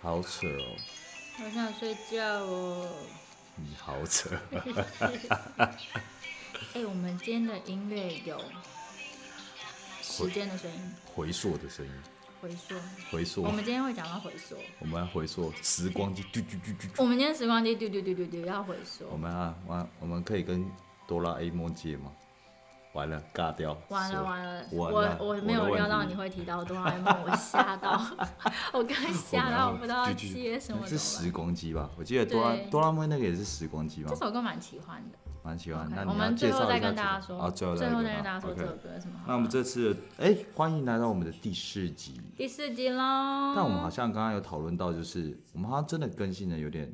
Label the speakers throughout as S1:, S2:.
S1: 好扯哦，
S2: 我想睡觉哦。
S1: 你好扯，
S2: 哎、我们今天的音乐有时间的声音
S1: 回溯的声音，
S2: 回溯。
S1: 回溯
S2: 我，们今天会讲到回溯。
S1: 我们要回溯时光机，嘟嘟嘟嘟嘟，
S2: 我们今天时光机丢丢丢丢丢要回溯
S1: 我。们啊，我我们可以跟哆啦 A 梦借吗？完了，尬掉，
S2: 完了
S1: 说
S2: 完了，
S1: 完
S2: 我
S1: 了
S2: 我
S1: 的
S2: 没有
S1: 问
S2: 料到
S1: 题
S2: 你会提到哆啦 A 梦，我吓到， 我刚吓到，我不知道
S1: 对对
S2: 接什么
S1: 那是
S2: 怎么
S1: 时
S2: 办。
S1: 光机吧？我记得哆啦
S2: 对
S1: 哆啦 A 梦那个也是时光机吧
S2: 这？首歌蛮奇幻的。
S1: 蛮喜欢。
S2: OK，
S1: 那你
S2: 我
S1: 要
S2: 们最
S1: 介
S2: 后
S1: 绍
S2: 再
S1: 一下
S2: 跟大家
S1: 这
S2: 说，
S1: 啊，最后再
S2: 最后再跟大家
S1: 好
S2: 说这首
S1: OK
S2: 歌有什么好玩。
S1: 那我们这次的哎，欢迎来到我们的第四集。
S2: 第四集喽。
S1: 但我们好像刚刚有讨论到，就是我们好像真的更新的有点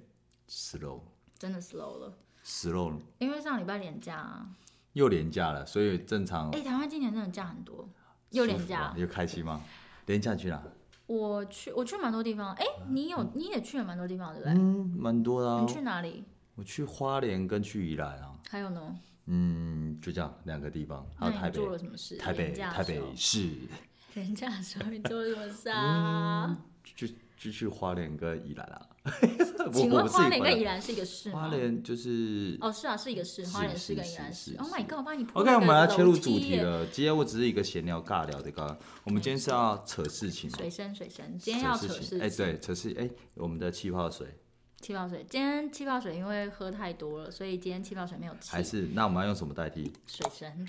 S1: slow
S2: 真的 slow 了，
S1: slow 了
S2: 因为上礼拜连假、啊，
S1: 又廉价了，所以正常
S2: 哎、台湾今年真的假很多，又
S1: 舒
S2: 连
S1: 服啊
S2: 假。
S1: 又开心吗？廉价去哪？
S2: 我去，我去蛮多地方，哎、你有你也去了蛮多地方，对不对？
S1: 嗯，蛮多的、啊
S2: 你。去哪里？
S1: 我去花莲跟去宜兰啊，
S2: 还有呢？
S1: 嗯，就这样两个地方，还有
S2: 那
S1: 台
S2: 你
S1: 北
S2: 做，了什么事？
S1: 台北
S2: 廉价
S1: 台
S2: 的时候
S1: 北市，
S2: 廉价的时候你做了什么事
S1: 嗯
S2: 啊？，
S1: 就就去花莲跟宜兰啊。我
S2: 请
S1: 我
S2: 问
S1: 不是
S2: 花莲跟
S1: 宜
S2: 宜兰是一个市
S1: 花
S2: 吗？
S1: 莲就是
S2: 哦，是啊，是一个市，
S1: 是
S2: 花莲市
S1: 是
S2: 跟宜兰
S1: 是
S2: 市。
S1: 是
S2: Oh my god，我帮你铺
S1: OK，
S2: 了
S1: 我
S2: 个
S1: 们要切入
S2: 楼
S1: 主
S2: 梯
S1: 题
S2: 耶。
S1: 了。今天我只是一个闲聊尬聊的，刚刚我们今天是要扯事情嘛？
S2: 水深水深，今天要扯事
S1: 情，哎、对，扯事，哎、我们的气泡水
S2: 气泡水，今天气泡水因为喝太多了，所以今天气泡水没有气
S1: 还。是那我们要用什么代替？
S2: 水 声。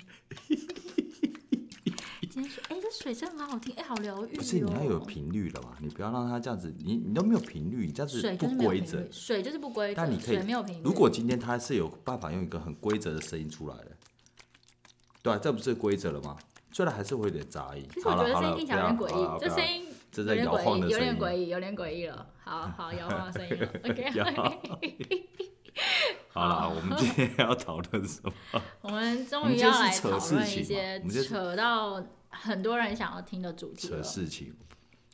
S2: 今天说，哎、这水声好好听，哎、好疗愈、哦。
S1: 不是你要有频率的嘛，你不要让它这样子，你你都没有频率，你这样子
S2: 水就
S1: 不
S2: 是没有
S1: 规
S2: 频
S1: 则
S2: 率，。水就是不规则，
S1: 但你可以
S2: 水没有频率。
S1: 如果今天它是有办法用一个很规则的声音出来的，对、啊，这不是规则了吗？虽然还是会有点杂音
S2: 其。实我
S1: 好
S2: 觉得
S1: 了好
S2: 声
S1: 了，
S2: 音听起来有点
S1: 不要好
S2: 诡
S1: 了
S2: 异，
S1: 不
S2: 这
S1: 要
S2: 声音
S1: 这
S2: 有
S1: 在
S2: 点
S1: 摇晃
S2: 诡
S1: 的
S2: 异，有
S1: 声
S2: 点
S1: 音。
S2: 诡异，有点诡异了。好 好，摇晃的声音了。OK，
S1: 摇好了，我们今 天要讨论什么？
S2: 我们终于要来讨论一些
S1: 我们这是扯事情嘛
S2: 扯到很多人想要听的主题
S1: 扯
S2: 了。
S1: 事情，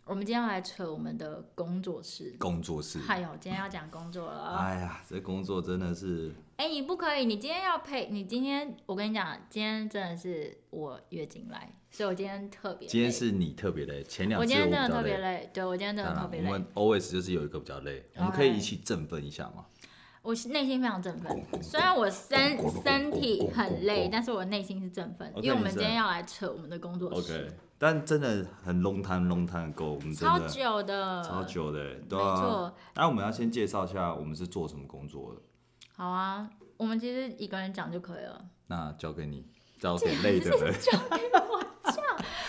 S2: 我们今天要来扯我们的工作室。
S1: 工作室。
S2: 哎呦，今天要讲工作 了。
S1: 哎呀，这工作真的是
S2: 哎、你不可以，你今天要配，你今天我跟你讲，今天真的是我月经来，所以我今天特别累。
S1: 今天是你特别累，前两
S2: 我
S1: 次
S2: 今天
S1: 比
S2: 真
S1: 较
S2: 的特别
S1: 累。
S2: 累，对我今天真
S1: 当
S2: 的
S1: 然，啊
S2: 特
S1: 我
S2: 别累，
S1: 们 always 就是有一个比较累，我们可以一起振奋一下嘛。
S2: 我是内心非常振奋。虽然我身身体很累，但是我内心是振奋
S1: OK，
S2: 因为我们
S1: 哦你是
S2: 今天要来扯我们的工作室
S1: OK，但真的很 long time long time ago，我们真
S2: 超
S1: 的
S2: 久的，
S1: 超久的，对
S2: 没
S1: 啊。
S2: 错。
S1: 那我们要先介绍一下我们是做什么工作的，
S2: 好啊，我们其实一个人讲就可以了。
S1: 那交给你，交给累的人，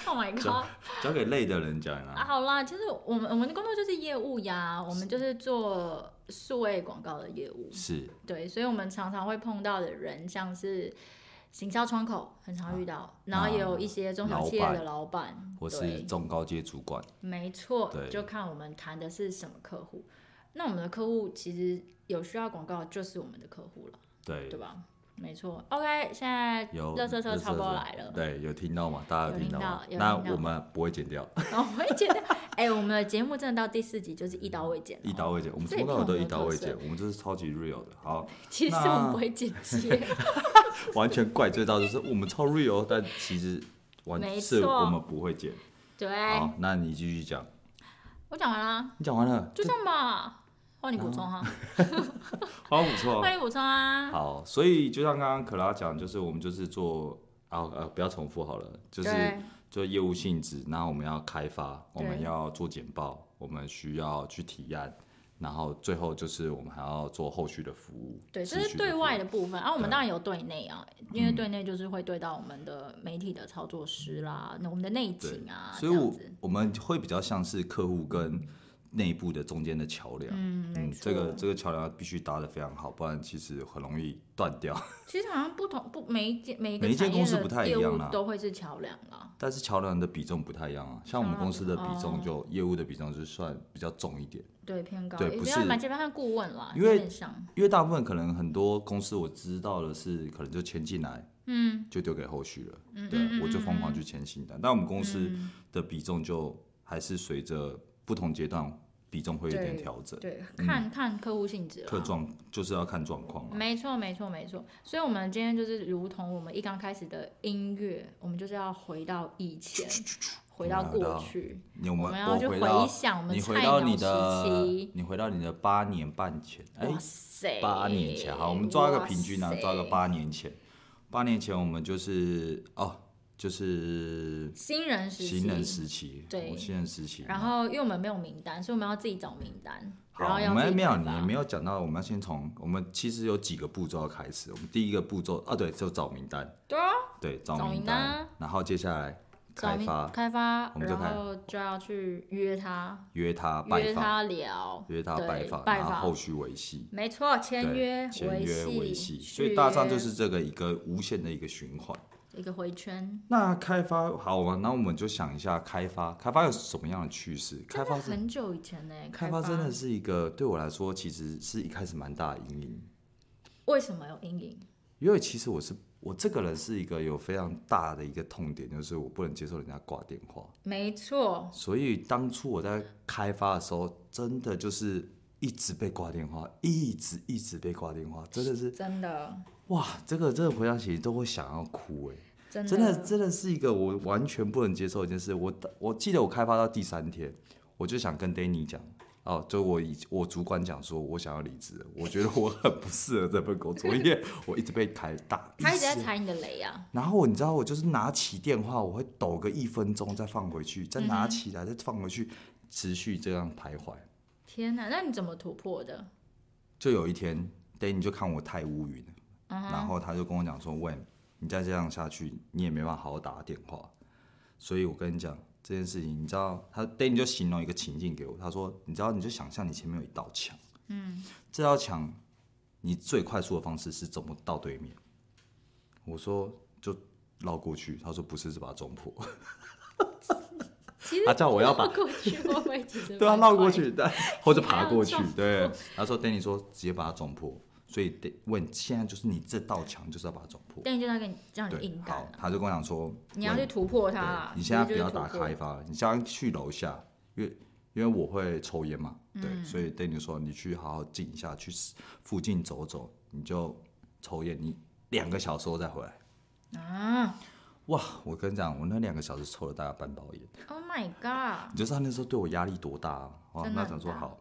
S2: Oh my god！
S1: 交给累的人讲
S2: 啊，
S1: 啊。
S2: 好啦，其实我们我们的工作就是业务呀，我们就是做数位广告的业务。
S1: 是，
S2: 对，所以我们常常会碰到的人，像是行销窗口，很常遇到，然后也有一些中小企业
S1: 啊老板
S2: 的老板，
S1: 我是
S2: 对，
S1: 中高阶主管，
S2: 没错，
S1: 对
S2: 就看我们谈的是什么客户。那我们的客户其实有需要广告，就是我们的客户了，
S1: 对
S2: 对，吧？没错。OK，现在
S1: 有
S2: 乐色车
S1: 垃圾
S2: 差不多来了，
S1: 对，有听到吗？大家
S2: 有
S1: 听
S2: 听
S1: 吗
S2: 到？有
S1: 那
S2: 听到
S1: 我们不会剪掉，
S2: 然后我会觉得，哎、我们的节目真的到第四集就是一刀未剪、哦，
S1: 嗯一刀。未剪，我们
S2: 这
S1: 从头到尾都
S2: 也
S1: 一
S2: 太有
S1: 刀未
S2: 特色
S1: 剪，我们这是超级 real 的。好，
S2: 其实我
S1: 那
S2: 们不会剪接，
S1: 完全怪罪到就是我们超 real，但其实完
S2: 没错
S1: 是我们不会剪。
S2: 对，
S1: 好，那你继续讲，
S2: 我讲完啦，
S1: 你讲完了，
S2: 就这样吧，换你补充哈、
S1: 好不错。
S2: 欢迎补充啊！
S1: 嗯好，所以就像刚刚可拉讲，就是我们就是做啊呃不要重复好了，就是
S2: 对
S1: 做业务性质，然后我们要开发，我
S2: 对
S1: 们要做简报，我们需要去提案，然后最后就是我们还要做后续的服务。
S2: 对，
S1: 持
S2: 这是
S1: 续的
S2: 对
S1: 服务
S2: 外的部分，然、啊、后我
S1: 对
S2: 们
S1: 嗯
S2: 当然有对内啊，因为对内就是会对到我们的媒体的操作师啦，那我们的内
S1: 对
S2: 景啊，
S1: 所以
S2: 这样
S1: 我
S2: 子
S1: 我们会比较像是客户跟内部的中间的桥梁。
S2: 嗯，没错、
S1: 这个这个桥梁必须搭得非常好，不然其实很容易断掉。
S2: 其实好像不同不每一间每一个
S1: 每一间
S2: 产业
S1: 公司
S2: 的
S1: 不太一
S2: 业
S1: 样
S2: 务
S1: 啦
S2: 都会是桥梁啦。
S1: 但是桥梁的比重不太一样啊，像我们公司的比重就、
S2: 嗯
S1: 业务的比重就算比较重一点，
S2: 对，偏高，
S1: 对
S2: 也
S1: 不
S2: 不要
S1: 是
S2: 蛮基本上顾问啦，
S1: 因
S2: 有
S1: 为
S2: 点像，
S1: 因为大部分可能很多公司我知道的是，可能就签进来
S2: 嗯，
S1: 就丢给后续了，
S2: 嗯
S1: 对、啊
S2: 嗯嗯
S1: 我就疯狂
S2: 嗯
S1: 去签新单，但我们公司
S2: 嗯
S1: 的比重就还是随着不同阶段比重会有点调整。
S2: 对，看看客户性质了。
S1: 客状就是要看状况啊嘛。
S2: 没错，没错，没错。所以，我们今天就是如同我们一刚开始的音乐，我们就是要回到以前，回到过去，
S1: 你我
S2: 我
S1: 们
S2: 们要去
S1: 我回
S2: 啊回
S1: 到
S2: 想我们
S1: 你
S2: 菜
S1: 回到
S2: 鸟
S1: 你
S2: 时
S1: 的
S2: 期。
S1: 你回到你的八年半前，哎、
S2: 哇塞，
S1: 八年前，好，我们抓个平均
S2: 哇
S1: 啊
S2: 塞，
S1: 抓个八年前。八年前我们就是哦，就是
S2: 新人时期，
S1: 新人时期，
S2: 对
S1: 我新人时期。
S2: 然后因为我们没有名单，所以我们要自己找名单，然
S1: 好，
S2: 后
S1: 我
S2: 要自
S1: 们
S2: 己
S1: 没有，
S2: 开
S1: 你
S2: 发。
S1: 没有讲到，我们要先从我们其实有几个步骤要开始。我们第一个步骤啊，对，就找名单，
S2: 对啊，
S1: 对，找
S2: 找名
S1: 名
S2: 单，
S1: 然后接下来
S2: 找
S1: 开
S2: 名
S1: 发，
S2: 开发，
S1: 我们就
S2: 然
S1: 开
S2: 后就要去约他，
S1: 约他拜
S2: 约
S1: 访，
S2: 他聊，
S1: 约他
S2: 对
S1: 拜访，
S2: 拜
S1: 然后
S2: 访
S1: 后续维系。
S2: 没错，签
S1: 对
S2: 约、
S1: 签约维系，
S2: 系，
S1: 所以
S2: 续
S1: 大致上
S2: 约
S1: 就是这个一个无限的一个循环。
S2: 一个回圈。
S1: 那开发好啊，那我们就想一下开发，开发有什么样的趋势？开发
S2: 真的
S1: 是
S2: 很久以前呢、
S1: 开
S2: 发
S1: 发真的是一个对我来说，其实是一开始蛮大的阴影，
S2: 为什么有阴影？
S1: 因为其实我是我这个人是一个有非常大的一个痛点，就是我不能接受人家挂电话，
S2: 没错，
S1: 所以当初我在开发的时候，真的就是一直被挂电话，一直一直被挂电话，真的是
S2: 真的，
S1: 哇，这个真的回想起都会想要哭哎、
S2: 真的，
S1: 真的真的是一个我完全不能接受的一件事。我我记得我开发到第三天，我就想跟 Danny 讲，哦，就我以我主管讲说，我想要离职了，我觉得我很不适合这份工 作，因为我一直被开打。
S2: 他一直在
S1: 直
S2: 踩你的雷啊，
S1: 然后你知道，我就是拿起电话，我会抖个一分钟，再放回去，再
S2: 嗯
S1: 拿起来，再放回去，持续这样徘徊。
S2: 天哪，那你怎么突破的？
S1: 就有一天，Danny 就看我太乌云了，然后他就跟我讲说：“When 你再这样下去，你也没办法好好打电话。”所以我跟你讲这件事情，你知道，他 Danny 就形容一个情境给我，他说：“你知道，你就想象你前面有一道墙，嗯，这道墙，你最快速的方式是怎么到对面？”我说：“就绕过去。”他说：“不是，是把它撞破。
S2: 其实
S1: 他啊叫我要把
S2: 绕过去，会不会其 实
S1: 对啊，
S2: 蛮
S1: 绕过
S2: 快
S1: 去， 对，或者爬过去
S2: 你还要撞，
S1: 对。他说 Danny 说直接把它撞破，所以得问现在就是你这道墙就是要把它撞破。
S2: 但就在跟你让你
S1: 对
S2: 硬，干
S1: 好
S2: 啊、，
S1: 他就跟我讲说，
S2: 你要去
S1: 问
S2: 突破它
S1: 对
S2: 啊、
S1: 你现在不
S2: 其实就
S1: 要
S2: 是
S1: 打
S2: 突破
S1: 开发，你现在去楼下，因为因为我会抽烟嘛，对，
S2: 嗯
S1: 所以 Danny 说你去好好静一下，去附近走走，你就抽烟，你两个小时后再回来。
S2: 啊
S1: 哇，我跟你讲，我那两个小时抽了大概半包烟。
S2: ！Oh my god！
S1: 你就知道那时候对我压力多大啊！哇，
S2: 真
S1: 那
S2: 的很
S1: 想说
S2: 大
S1: 好，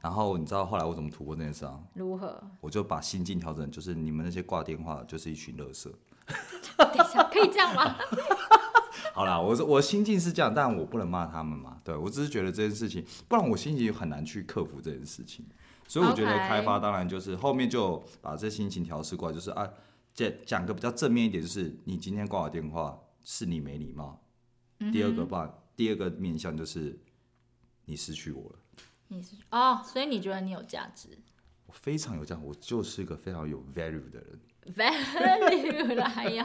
S1: 然后你知道后来我怎么突破这件事啊？
S2: 如何？
S1: 我就把心境调整，就是你们那些挂电话就是一群垃圾。
S2: 等一下， 可以这样吗？
S1: 好啦，我是我心境是这样，但我不能骂他们嘛。对我只是觉得这件事情，不然我心情很难去克服这件事情。所以我觉得
S2: OK
S1: 开发当然就是后面就把这心情调试过来，就是啊，讲讲个比较正面一点，就是你今天挂我电话是你没礼貌。第
S2: 嗯
S1: 二个吧，第二个面向就是你失去我了。
S2: 你是哦，所以你觉得你有价值
S1: 我非常有这样，我就是一个非常有 value 的人。
S2: ，value 来哟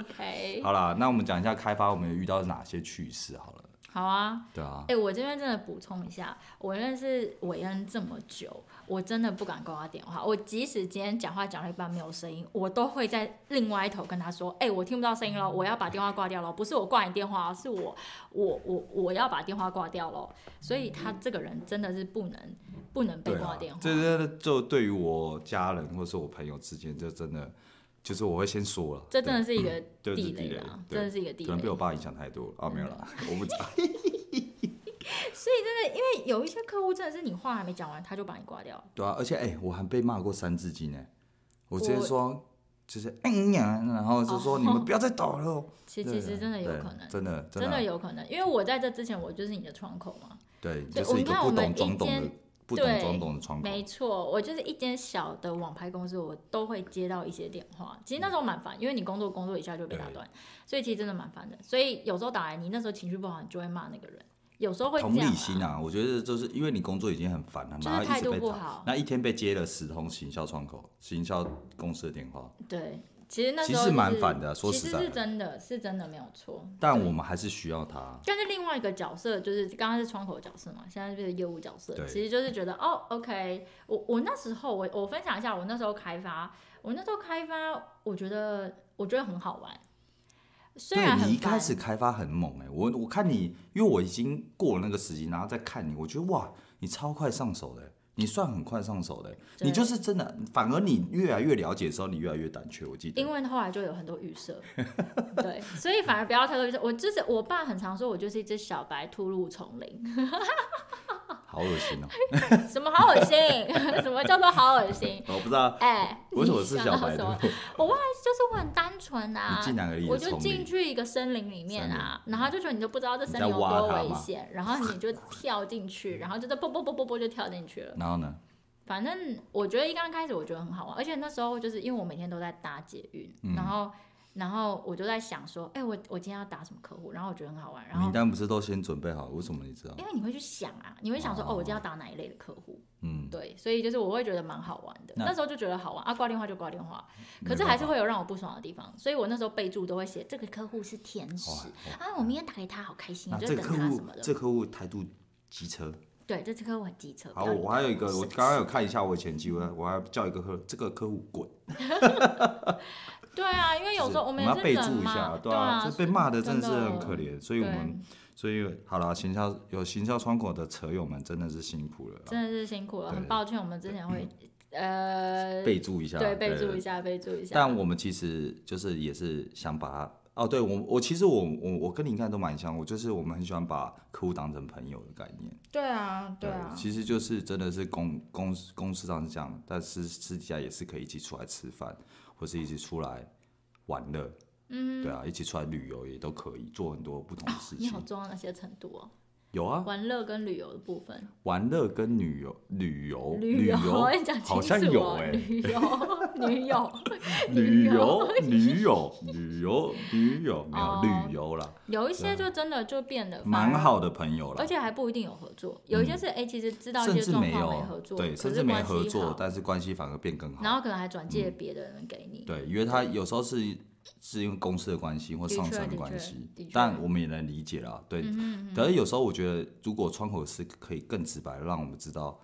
S2: ，OK，
S1: 好啦，那我们讲一下开发，我们有遇到哪些趣事好了。
S2: 好啊。
S1: 对啊
S2: 哎、，我这边真的补充一下，我认识韦恩这么久，我真的不敢挂他电话。我即使今天讲话讲到一半没有声音，我都会在另外一头跟他说：“哎、我听不到声音了，我要把电话挂掉了。不是我挂你电话哦，是我我我我要把电话挂掉了。”所以他这个人真的是不能不能被
S1: 对
S2: 挂
S1: 啊
S2: 电，话。
S1: 这这就对于我家人或是我朋友之间，这真的就是我会先说了，
S2: 这真的是一个
S1: 对对
S2: 地
S1: 是地
S2: 雷
S1: 雷
S2: 啊，
S1: 对
S2: 真的是一个
S1: 对
S2: 地
S1: 可能被
S2: 雷嗯
S1: 我。爸影响太多了啊，没有啦，我不知道。
S2: 因为哎有一些客户真的是你话还没讲完，他就把你挂掉了。
S1: 对啊，而且哎、我还被骂过三字经呢、我之前
S2: 我
S1: 说。就是嗯呀，然后就说你们不要再倒了哦。
S2: 其
S1: 对
S2: 其实真的有
S1: 对
S2: 可能，
S1: 真的
S2: 真
S1: 的啊
S2: 的有可能，因为我在这之前，我就是你的窗口嘛。
S1: 对，就
S2: 对
S1: 是一
S2: 我
S1: 个
S2: 看
S1: 不
S2: 我们
S1: 懂装
S2: 一
S1: 懂的
S2: 间、
S1: 不懂
S2: 对
S1: 装懂的窗口。
S2: 没错，我就是一间小的网拍公司，我都会接到一些电话。其实那时候蛮烦，因为你工作工作一下就被打断，所以其实真的蛮烦的。所以有时候打来，你那时候情绪不好，你就会骂那个人，有时候会这
S1: 同
S2: 样、
S1: 理心啊，我觉得就是因为你工作已经很烦了，
S2: 就是
S1: 然后一
S2: 态
S1: 直
S2: 度
S1: 被
S2: 不
S1: 打
S2: 好，
S1: 那一天被接了十通行销窗口、行销公司的电话，
S2: 对，其实那时候、就
S1: 其
S2: 是、
S1: 实蛮烦的啊说实在
S2: 其
S1: 的
S2: 实是真的是真的没有错。
S1: 但我们还是需要他。
S2: 但是另外一个角色就是刚刚是窗口角色嘛，现在就是业务角色，
S1: 对
S2: 其实就是觉得哦，OK，我我那时候我我分享一下我那时候开发，我那时候开发，我觉得我觉得很好玩，虽
S1: 对
S2: 然
S1: 你
S2: 很
S1: 一开
S2: 烦，
S1: 欸始开发很猛哎、我我看你，因为我已经过了那个时期，然后再看你，我觉得哇，你超快上手的欸、你算很快上手的欸、
S2: 对
S1: 你就是真的，反而你越来越了解的时候，你越来越胆怯。我记得
S2: 因，为后来就有很多 预设，对，所以反而不要太多预设。我就是我爸很常说，我就是一只小白兔入丛林，
S1: 好恶心哦、
S2: 什么好恶心， 什么叫做好恶心？
S1: 我不知道
S2: 哎、
S1: 为什么是
S2: 你
S1: 小
S2: 想到
S1: 白
S2: 什么
S1: 兔，
S2: 我后来就是我很单纯啊
S1: 你，进哪个里
S2: 我
S1: 的
S2: 就
S1: 丛
S2: 进
S1: 林？
S2: 去一个森林里面啊，然后就觉得你都不知道这森林
S1: 你
S2: 有
S1: 在挖
S2: 多
S1: 它
S2: 危
S1: 吗
S2: 险，然后你就跳进去，然后就在啵啵啵啵啵就跳进去了。
S1: 然后呢？
S2: 反正我觉得一刚开始我觉得很好玩，而且那时候就是因为我每天都在搭捷运，
S1: 嗯
S2: 然后然后我就在想说，哎、我我今天要打什么客户，然后我觉得很好玩，然后
S1: 名单不是都先准备好？为什么你知道？
S2: 因为你会去想啊，你会想说，哦，我今天要打哪一类的客户，
S1: 嗯，
S2: 对，所以就是我会觉得蛮好玩的，
S1: 那
S2: 那时候就觉得好玩啊，挂电话就挂电话，可
S1: 没
S2: 是
S1: 办
S2: 还是
S1: 法
S2: 会有让我不爽的地方，所以我那时候备注都会写这个客户是天
S1: 哇
S2: 使。
S1: 哇
S2: 啊，我明天打给他，好开心，
S1: 那
S2: 我就
S1: 这
S2: 等
S1: 个客
S2: 他什
S1: 户
S2: 么，的。
S1: 这客户态度机车。
S2: 对，这次客户很机车。
S1: 好，
S2: 不要理
S1: 我
S2: 他
S1: 还有一个，我
S2: 生
S1: 刚刚有看一下我以前记录，我还叫一个客，这个客户滚。
S2: 对啊，因为有时
S1: 是
S2: 候我
S1: 我
S2: 们
S1: 要
S2: 也是
S1: 备
S2: 人
S1: 注一
S2: 嘛
S1: 下，
S2: 对
S1: 啊，这被骂的
S2: 真
S1: 真的是很可。怜，所以我们所以好了，行销有行销窗口的车友们真的是辛苦了啦，
S2: 真的是辛苦了，
S1: 对
S2: 很抱歉，我们之前会呃，
S1: 备注一下，
S2: 对，备注一。下，备注一下。
S1: 但我们其实就是也是想把它。哦，对我我其实我我我跟你应该都蛮像，我就是我们很喜欢把客户当成朋友的概念。
S2: 对啊，对啊，
S1: 其实就是真的是公公司公司上是这样，但私私底下也是可以一起出来吃饭，或是一起出来玩乐，
S2: 嗯，啊
S1: 对啊，一起出来旅游也都可以，做很多不同的事
S2: 你
S1: 情。
S2: 好重要那些程度哦，
S1: 有啊，
S2: 玩乐跟旅游的部分，
S1: 玩乐跟旅游哦旅游
S2: 旅游我也 讲清
S1: 好
S2: 楚
S1: 像有
S2: 哦，
S1: 哎、
S2: 旅游旅游
S1: 旅
S2: 游
S1: 游
S2: 哎
S1: 旅游旅游旅游没有
S2: 哦
S1: 旅游啦，
S2: 有一些就真的就变得
S1: 嗯蛮好的朋友
S2: 而
S1: 啦，嗯
S2: 且还不一定有合作，有一些是哎、其实知道一
S1: 甚
S2: 些
S1: 至
S2: 状
S1: 没
S2: 况没
S1: 有
S2: 合作，
S1: 对，
S2: 可
S1: 甚
S2: 是
S1: 至没
S2: 关系
S1: 合作
S2: 好，
S1: 但是关系反而变更
S2: 然
S1: 好。
S2: 后可能还转借别的人给你。
S1: 对，因为他有时候是是因为公司的关系或
S2: 的
S1: 上
S2: 确
S1: 层
S2: 的确
S1: 关系
S2: 的嗯确，
S1: 但我们也能理解啦。对，可是有时候我觉得，如果窗口是可以更直白，让我们知道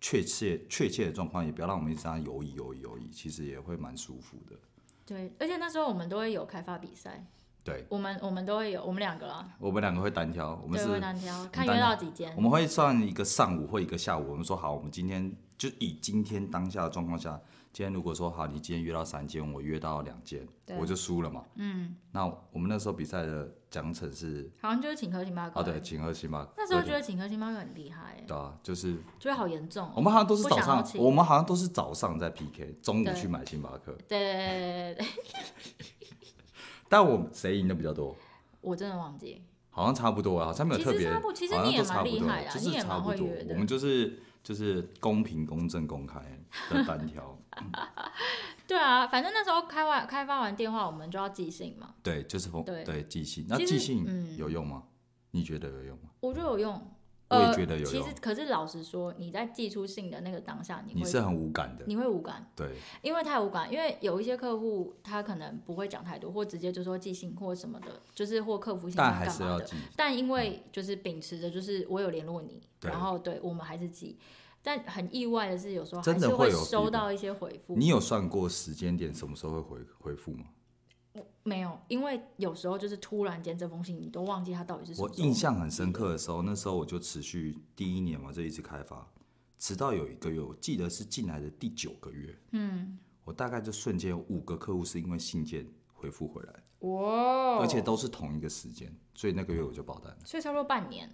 S1: 确切确切的状况，也不要让我们一直在那犹疑犹疑犹疑，其实也会蛮舒服的。
S2: 对，而且那时候我们都会有开发比赛，
S1: 对。
S2: 我们我们都会有，我们两个啦，
S1: 我们两个会单挑，我们
S2: 对，
S1: 是
S2: 会，单挑，看
S1: 单
S2: 约
S1: 挑
S2: 到几间
S1: 我。们会算一个上午或一个下午。我们说好，我们今天就以今天当下的状况下，今天如果说好，你今天约到三间，我约到两间，
S2: 对
S1: 我就输了嘛。嗯。那我们那时候比赛的奖惩是
S2: 好像就是请喝星巴克。
S1: 啊，对，请喝星巴克。
S2: 那时候
S1: 对
S2: 觉得请喝星巴克很厉害，
S1: 对啊，就是
S2: 觉得好严重哦。
S1: 我们好像都是
S2: 不
S1: 早
S2: 想要
S1: 上，
S2: 请
S1: 我们好像都是早上在 PK，中午
S2: 对
S1: 去买星巴克，
S2: 对对对对对对，
S1: 但我们谁赢的比较多？
S2: 我真的忘记。
S1: 好像差不多啊，好像没有
S2: 其
S1: 特
S2: 实
S1: 别，
S2: 差不其实
S1: 好像
S2: 你也
S1: 都
S2: 蛮
S1: 差不
S2: 厉
S1: 多
S2: 害的啊
S1: 就是
S2: 你也
S1: 差
S2: 蛮
S1: 不
S2: 会
S1: 多
S2: 约。的
S1: 我们就是就是公平、公正、公开的单挑，
S2: 对啊，反正那时候开完开发完电话，我们就要寄信嘛。
S1: 对，就是风
S2: 对
S1: 对即兴。那
S2: 其实
S1: 即兴
S2: 嗯
S1: 有用吗？你觉得有用吗？
S2: 我觉得有用，
S1: 我也
S2: 呃
S1: 觉得有
S2: 其实
S1: 用，
S2: 可是老实说，你在寄出信的那个当下，你
S1: 你
S2: 会
S1: 是很无感的，
S2: 你会无感，
S1: 对，
S2: 因为太无感，因为有一些客户他可能不会讲太多，或直接就说寄信或什么的，就是或客服信
S1: 但
S2: 箱
S1: 还
S2: 干
S1: 是
S2: 嘛
S1: 要
S2: 的。
S1: 记。
S2: 但因为就是秉持着就是我有联络你，
S1: 对
S2: 然后对我们还是寄，但很意外的是有时候还
S1: 真的
S2: 是
S1: 会有
S2: 收
S1: feedback
S2: 到一些回复。
S1: 你有算过时间点什么时候会回回复吗？
S2: 没有，因为有时候就是突然间这封信你都忘记它到底是什么
S1: 我
S2: 时候。
S1: 印象很深刻的时候，那时候我就持续第一年嘛，这一直开发，直到有一个月，我记得是进来的第九个月，嗯，我大概就瞬间有五个客户是因为信件回复回来，
S2: 哇，哦
S1: 而且都是同一个时间，所以那个月我就爆单了。
S2: 所以差不多半年。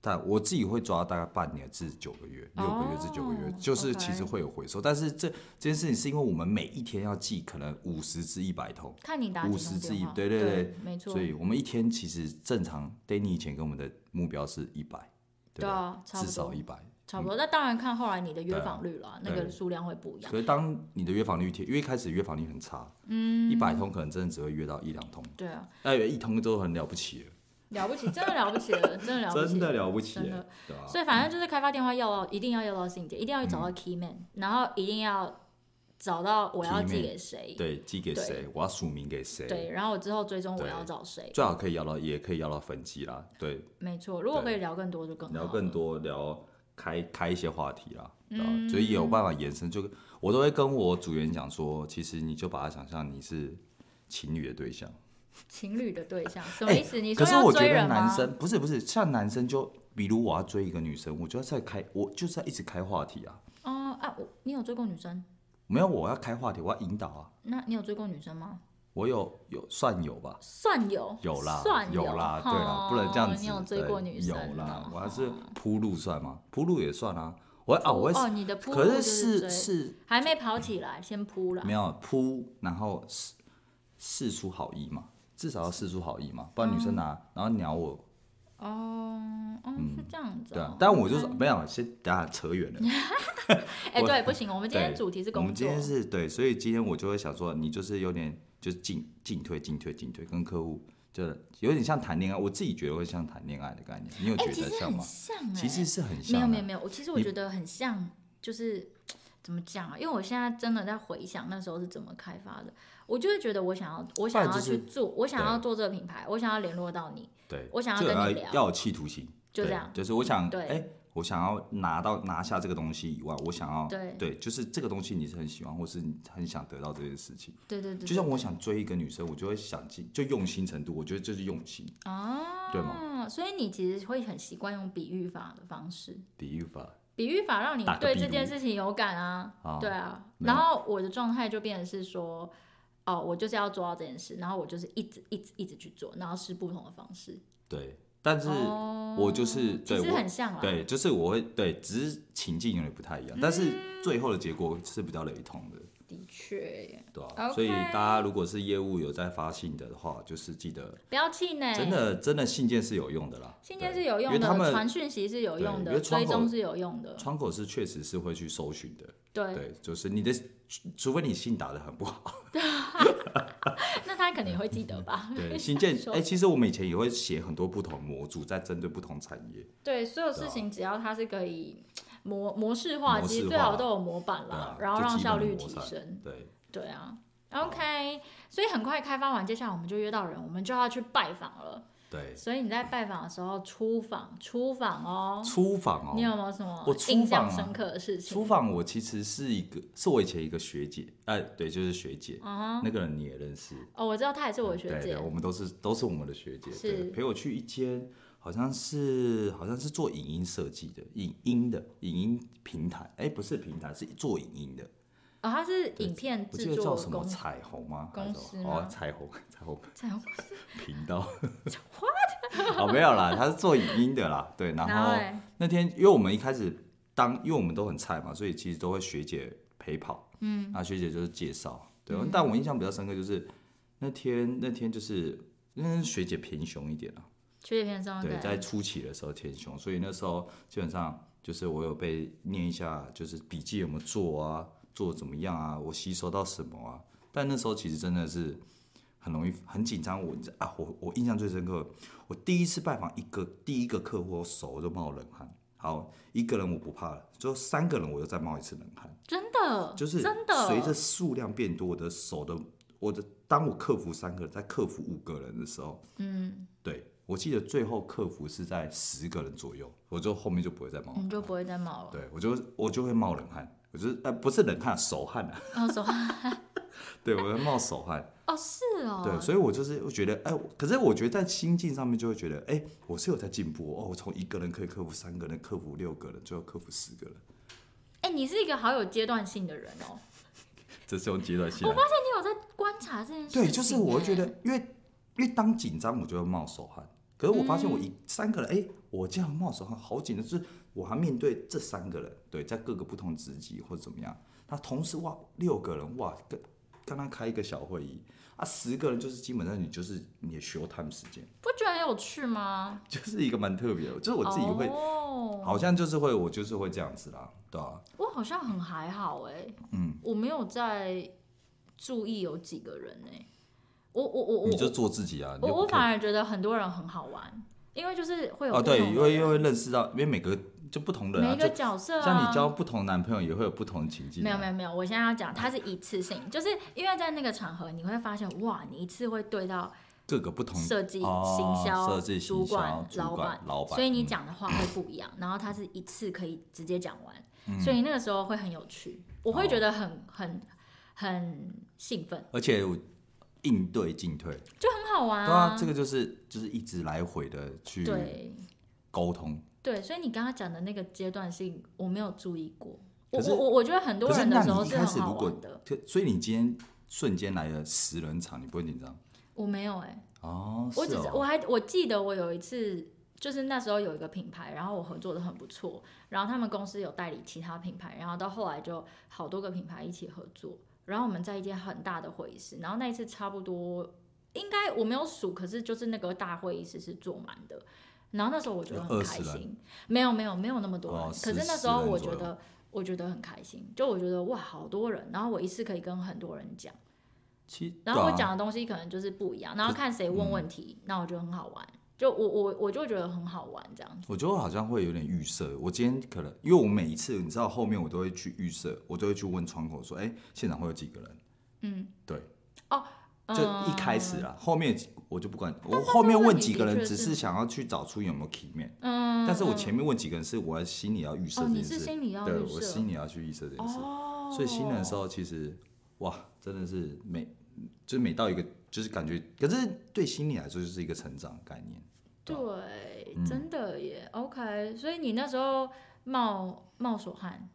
S1: 但我自己会抓大概半年至九个月，
S2: 哦
S1: 六个月至九个月，就是其实
S2: OK
S1: 会有回收，但是这这件事情是因为我们每一天要寄可能五十至一百通，
S2: 看你打几通
S1: 50之一
S2: 电话，
S1: 对
S2: 对
S1: 对对
S2: 没错，
S1: 所以我们一天其实正常，Danny 以前跟我们的目标是一百，对
S2: 对
S1: 吧？
S2: 啊，差
S1: 至
S2: 不
S1: 少
S2: 多，
S1: 一百，
S2: 差不多。那当然看后来你的约
S1: 对啊
S2: 访率了，那个
S1: 对
S2: 数量会不一样。
S1: 可是当你的约访率提，因为一开始约访率很差，嗯，一百通可能真的只会约到一两通，
S2: 对啊，
S1: 哎，一通都很了不起了，
S2: 了不起，真的了不起了，真的了不起，
S1: 真的了不起
S2: 真的
S1: 了，对吧？
S2: 所以反正就是开发电话要到，一定要要到信件，一定要
S1: 嗯
S2: 找到 key man，、然后一定要找到我要
S1: Key man，
S2: 寄给谁，
S1: 对，寄给
S2: 对
S1: 谁，我要署名给谁，
S2: 对，然后我之后追踪我
S1: 对
S2: 要找谁，
S1: 最好可以聊到，也可以聊到分机啦，对，
S2: 没错。如果可
S1: 对
S2: 以聊更多就更好，
S1: 聊更。多，聊开开一些话题啦，对吧？
S2: 嗯
S1: 所以有办法延伸，就我都会跟我组员讲说，其实你就把它想象你是情侣的对象。
S2: 情侣的对象什么意思？你
S1: 哎可
S2: 说
S1: 是
S2: 要
S1: 我觉
S2: 追
S1: 得
S2: 人吗？
S1: 男生不是不是，像男生就比如我要追一个女生，我就要在开，我就是在一直开话题啊。
S2: 哦啊，我你有追过女生？
S1: 没有，我要开话题，我要引导啊。
S2: 那你有追过女生吗？
S1: 我有有算有吧，
S2: 算有，
S1: 有啦，
S2: 算
S1: 有啦，对啦，不能这样
S2: 哦
S1: 子。
S2: 你有追
S1: 对
S2: 过女生哦？
S1: 有啦，我还是铺路算吗？铺路也算啊。我会啊，我会
S2: 哦，你的铺路
S1: 可
S2: 就是
S1: 是
S2: 追
S1: 是
S2: 还没跑起来，先扑了
S1: 没。有铺，然后试试出好意嘛，至少要试出好意嘛，不然女生拿、
S2: 嗯
S1: 然后鸟我，
S2: 哦，哦，是这样子、哦。
S1: 对啊。但我就是没有，先等下扯远了。
S2: 哎、
S1: 我
S2: 对，不行，我们今天
S1: 对
S2: 主题是
S1: 我
S2: 工
S1: 们今
S2: 作。
S1: 天是对，所以今天我就会想说，你就是有点就是进进退进退进退，跟客户就是有点像谈恋爱，我自己觉得会像谈恋爱的概念，你有
S2: 哎、
S1: 觉
S2: 其
S1: 得
S2: 实
S1: 像
S2: 很
S1: 吗？
S2: 像哎、
S1: 其实是很
S2: 没
S1: 像、
S2: 有
S1: 啊，
S2: 没有没有，我其实我
S1: 你
S2: 觉得很像，就是怎么讲啊？因为我现在真的在回想那时候是怎么开发的，我就会觉得我想要，我想
S1: 不
S2: 要
S1: 然就
S2: 去
S1: 是
S2: 做，我想要
S1: 对
S2: 做这个品牌，我想要联络到你，
S1: 对，
S2: 我想要
S1: 就
S2: 跟你
S1: 要
S2: 聊
S1: 要有企图心，
S2: 就
S1: 对
S2: 这样。
S1: 就是我想，
S2: 对
S1: 哎、我想要拿到拿下这个东西以外，我想要
S2: 对
S1: 就是这个东西你是很喜欢，或是你很想得到这件事情。
S2: 对对对，
S1: 就像我想追一个女生，我就会想尽就用心程度，我觉得这是用心
S2: 啊，
S1: 对
S2: 吗？所以你其实会很习惯用比喻法的方式，
S1: 比喻法
S2: 比喻法让你
S1: 打个
S2: 对
S1: 比
S2: 这
S1: 如
S2: 件事情有感啊，
S1: 啊
S2: 对啊。
S1: 没有
S2: 然后我的状态就变成是说，哦，我就是要做到这件事，然后我就是一直一直一直去做，然后是不同的方式。
S1: 对，但
S2: 哦
S1: 是我就是、
S2: 其
S1: 对
S2: 实
S1: 我
S2: 很像啊啦，
S1: 对，就是我会对，只是情境有点不太一样，但是
S2: 嗯
S1: 最后的结果是比较雷同的，
S2: 的确耶，
S1: 对吧、
S2: OK
S1: 所以大家如果是业务有在发信的话，就是记得
S2: 不要气馁，
S1: 真。的真的信件是有用的啦，
S2: 哎信件
S1: 对
S2: 是有
S1: 因
S2: 用
S1: 为他
S2: 的，
S1: 们
S2: 传讯息是有
S1: 对
S2: 用
S1: 因
S2: 的，
S1: 为窗
S2: 追
S1: 口
S2: 踪是有用的，
S1: 窗口是确实是会去搜寻的，
S2: 对。
S1: 对，就是你的，除除非你信打的很不 好，
S2: 那他可能也会记得吧？
S1: 对，信件
S2: 说
S1: 哎、其实我们以前也会写很多不同模组，在针对不同产业，
S2: 对，所有
S1: 对
S2: 事
S1: 啊
S2: 情只要它是可以模模式化，
S1: 模
S2: 其实
S1: 式
S2: 最好
S1: 化
S2: 都有模板
S1: 对
S2: 啦
S1: 啊，
S2: 然后
S1: 就
S2: 让
S1: 基
S2: 效
S1: 本的
S2: 率
S1: 模
S2: 提
S1: 板
S2: 升。
S1: 对，
S2: 对啊
S1: 好
S2: ，OK，所以很快开发完，接下来我们就约到人，我们就要去拜访了。
S1: 对，
S2: 所以你在拜访的时候出访，出访哦，
S1: 出访
S2: 你
S1: 哦，
S2: 有没有什么
S1: 我出
S2: 印象
S1: 访啊
S2: 深刻的事
S1: 出
S2: 情？
S1: 访我其实是一个，是我以前一个学姐，哎、对，就是学姐，
S2: 啊哈，
S1: 那个人你也认识，
S2: 哦，我知道她也是我的学
S1: 嗯对
S2: 姐
S1: 对，，我们都是都是我们的学姐，
S2: 是
S1: 对，陪我去一间好像是好像是做影音设计的，影音的影音平台，哎、不是平台，是做影音的。
S2: 哦，她是影片
S1: 我
S2: 制
S1: 记得叫
S2: 作
S1: 什么
S2: 公司，
S1: 彩虹吗？
S2: 公
S1: 还是
S2: 司
S1: 什么
S2: 吗
S1: 哦，彩虹 彩虹
S2: 彩虹
S1: 频 道。What？哦，没 有啦，他是做影音的啦。对，然
S2: 然后
S1: 后
S2: 嘞
S1: 那天因为我们一开始当，因为我们都很菜嘛，所以其实都会学姐陪跑。嗯，那学姐就是介绍。对，但我印象比较深刻就是那天那天就是那天学姐偏凶一点啊。
S2: 学姐片上
S1: 对，在初期的时候天凶，所以那时候基本上就是我有被念一下，就是笔记有没有做啊，做怎么样啊，我吸收到什么啊。但那时候其实真的是很容易很紧张，我啊，我我印象最深刻，我第一次拜访一个第一个客户，我手就冒冷汗。好，一个人我不怕了，就三个人我就再冒一次冷汗。
S2: 真的
S1: 就是
S2: 真的
S1: 随着数量变多，我的手的我的，当我克服三个人，在克服五个人的时候，嗯，对我记得最后克服是在十个人左右，我就后面就不会再冒，
S2: 嗯你就不会再冒了，
S1: 对我就我就会冒冷汗，我就是呃不是冷汗，手汗啊，
S2: 哦，手
S1: 对我会冒手汗，
S2: 哦是哦，
S1: 对，所以我就是我觉得，哎、可是我觉得在心境上面就会觉得，哎、我是有在进步哦，我从一个人可以克服三个人，克服六个人，最后克服十个人，
S2: 哎、你是一个好有阶段性的人哦。
S1: 这是用阶段性来
S2: 而且你有在观察这件事情、欸
S1: 对，就是我会觉得，，因为因为当紧张，我就会冒手汗。可是我发现我
S2: 嗯
S1: 一、三个人，哎、我这样冒手汗好紧张，就是我还面对这三个人，对，在各个不同职级或者怎么样。那同时哇，六个人哇，跟跟他开一个小会议啊，十个人就是基本上你就是你的 show time 时间，
S2: 不觉得很有趣吗？
S1: 就是一个蛮特别的，就是我自己会、
S2: 哦、
S1: 好像就是会我就是会这样子啦，对啊吧、
S2: 我好像很还好哎、
S1: 嗯，
S2: 我没有在注意有几个人哎、我我我我
S1: 你就做自己啊，你
S2: 我
S1: 就
S2: 我
S1: 不
S2: 反
S1: 看
S2: 而觉得很多人很好玩，因为就是会有
S1: 哦，
S2: 不同
S1: 对，
S2: 的
S1: 因为因
S2: 人
S1: 为认识到，因为每个就不同人
S2: 每
S1: 啊，
S2: 一
S1: 就
S2: 个角色啊，
S1: 像你交不同男朋友也会有不同的情境、啊。
S2: 没有没有没有，我现在要讲，它是一次性，就是因为在那个场合，你会发现，哇，你一次会对到
S1: 各个不同
S2: 设计、
S1: 哦
S2: 行销、
S1: 设计、
S2: 主
S1: 行销
S2: 管、、
S1: 主
S2: 板
S1: 管、、老板，
S2: 所以你
S1: 嗯
S2: 讲的话会不一样。然后它是一次可以直接讲完，
S1: 嗯
S2: 所以那个时候会很有趣，我会觉得很、很很兴奋，
S1: 嗯而且我应对进退，
S2: 就很好玩
S1: 对啊，这
S2: 个
S1: 个就是就是一直来回的去
S2: 对
S1: 沟通。
S2: 对，所以你刚刚讲的那个阶段性，我没有注意过。我
S1: 可是
S2: 我我我觉得很多
S1: 可是
S2: 人的
S1: 那
S2: 时候
S1: 你一
S2: 是
S1: 开
S2: 很
S1: 始
S2: 好
S1: 如果
S2: 玩的，
S1: 可，所以你今天瞬间来了十人场，你不会紧张
S2: 我没有哎、
S1: 哦？
S2: 我只
S1: 是
S2: 是
S1: 哦
S2: 我还我记得我有一次，就是那时候有一个品牌，然后我合作的很不错，然后他们公司有代理其他品牌，然后到后来就好多个品牌一起合作，然后我们在一间很大的会议室，然后那一次差不多应该我没有数，可是就是那个大会议室是坐满的。然后那时候我觉得很
S1: 有
S2: 开
S1: 20人
S2: 心，没有没有没有那么多人，
S1: 哦
S2: 可是
S1: 10
S2: 那时
S1: 10
S2: 候
S1: 人
S2: 我
S1: 左
S2: 觉
S1: 右
S2: 得我觉得很开心，就我觉得哇好多人，然后我一次可以跟很多人讲。
S1: 其实
S2: 然后我
S1: 对啊
S2: 讲的东西可能就是不一样，然后
S1: 啊
S2: 看谁
S1: 嗯
S2: 问问题，那我觉得很好玩。就我我我就觉得很好玩这样子。
S1: 我觉得我好像会有点预设，我今天可能因为我每一次你知道后面我都会去预设，我都会去问窗口说，哎、现场会有几个人？
S2: 嗯，
S1: 对，
S2: 嗯
S1: 就一开始啦，后面我就不管，我后面问几个
S2: 但
S1: 人，
S2: 是这个问题的
S1: 只
S2: 确是
S1: 是想要去找出有没有 key man，、
S2: 嗯，
S1: 但是我
S2: 嗯
S1: 前面问几个人是我心里要预设
S2: 哦，
S1: 这
S2: 你
S1: 件
S2: 是
S1: 事，
S2: 心里要
S1: 对
S2: 预
S1: 我
S2: 设
S1: 心里要去预设这件事，
S2: 哦，
S1: 所以新人的时候其实哇，真的是每就是每到一个就是感觉，可是对心理来说就是一个成长的概念。
S2: 对，
S1: 嗯
S2: 真的耶。OK，所以你那时候冒冒手 汗，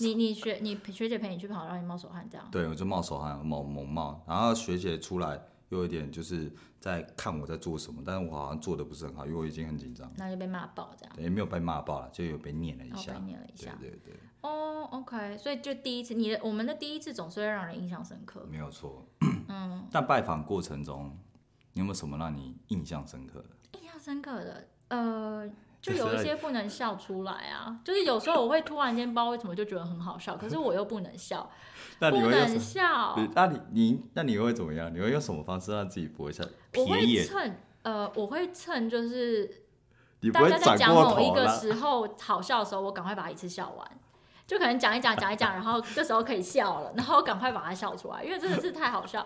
S2: 你你学你学姐陪你去跑，让你冒手汗这样。
S1: 对，我就冒手汗，冒猛冒。然后学姐出来又有一点就是在看我在做什么，但是我好像做的不是很好，因为我已经很紧张，
S2: 那就被骂爆这样，
S1: 也没有被骂爆了，就有被念了一
S2: 然后
S1: 下
S2: 哦被。念了一下。
S1: 对对对，
S2: 哦，OK，所以就第一次，你的我们的第一次总是会让人印象深刻。
S1: 没有错。
S2: 嗯，
S1: 但拜访过程中，你有没有什么让你印象深刻的？
S2: 印象深刻的，呃，
S1: 就
S2: 就
S1: 是
S2: 有一
S1: 在
S2: 些不能笑出来啊，就是有时候我会突然间不知道为什么就觉得很好笑，可是我又不 能笑，
S1: 那你
S2: 不
S1: 会用什
S2: 能
S1: 么？
S2: 笑，
S1: 你那你你那你会怎么样？你会用什么方式让自己不会像
S2: 我
S1: 瞥
S2: 会
S1: 眼？
S2: 趁呃，我会趁就是
S1: 你不
S2: 大
S1: 会
S2: 家在
S1: 转
S2: 讲
S1: 过
S2: 某一
S1: 头
S2: 个
S1: 啦？
S2: 时候好笑的时候，我赶快把一次笑完。就可能讲一讲，讲一讲，然后这时候可以笑了，然后赶快把它笑出来，因为真的是太好笑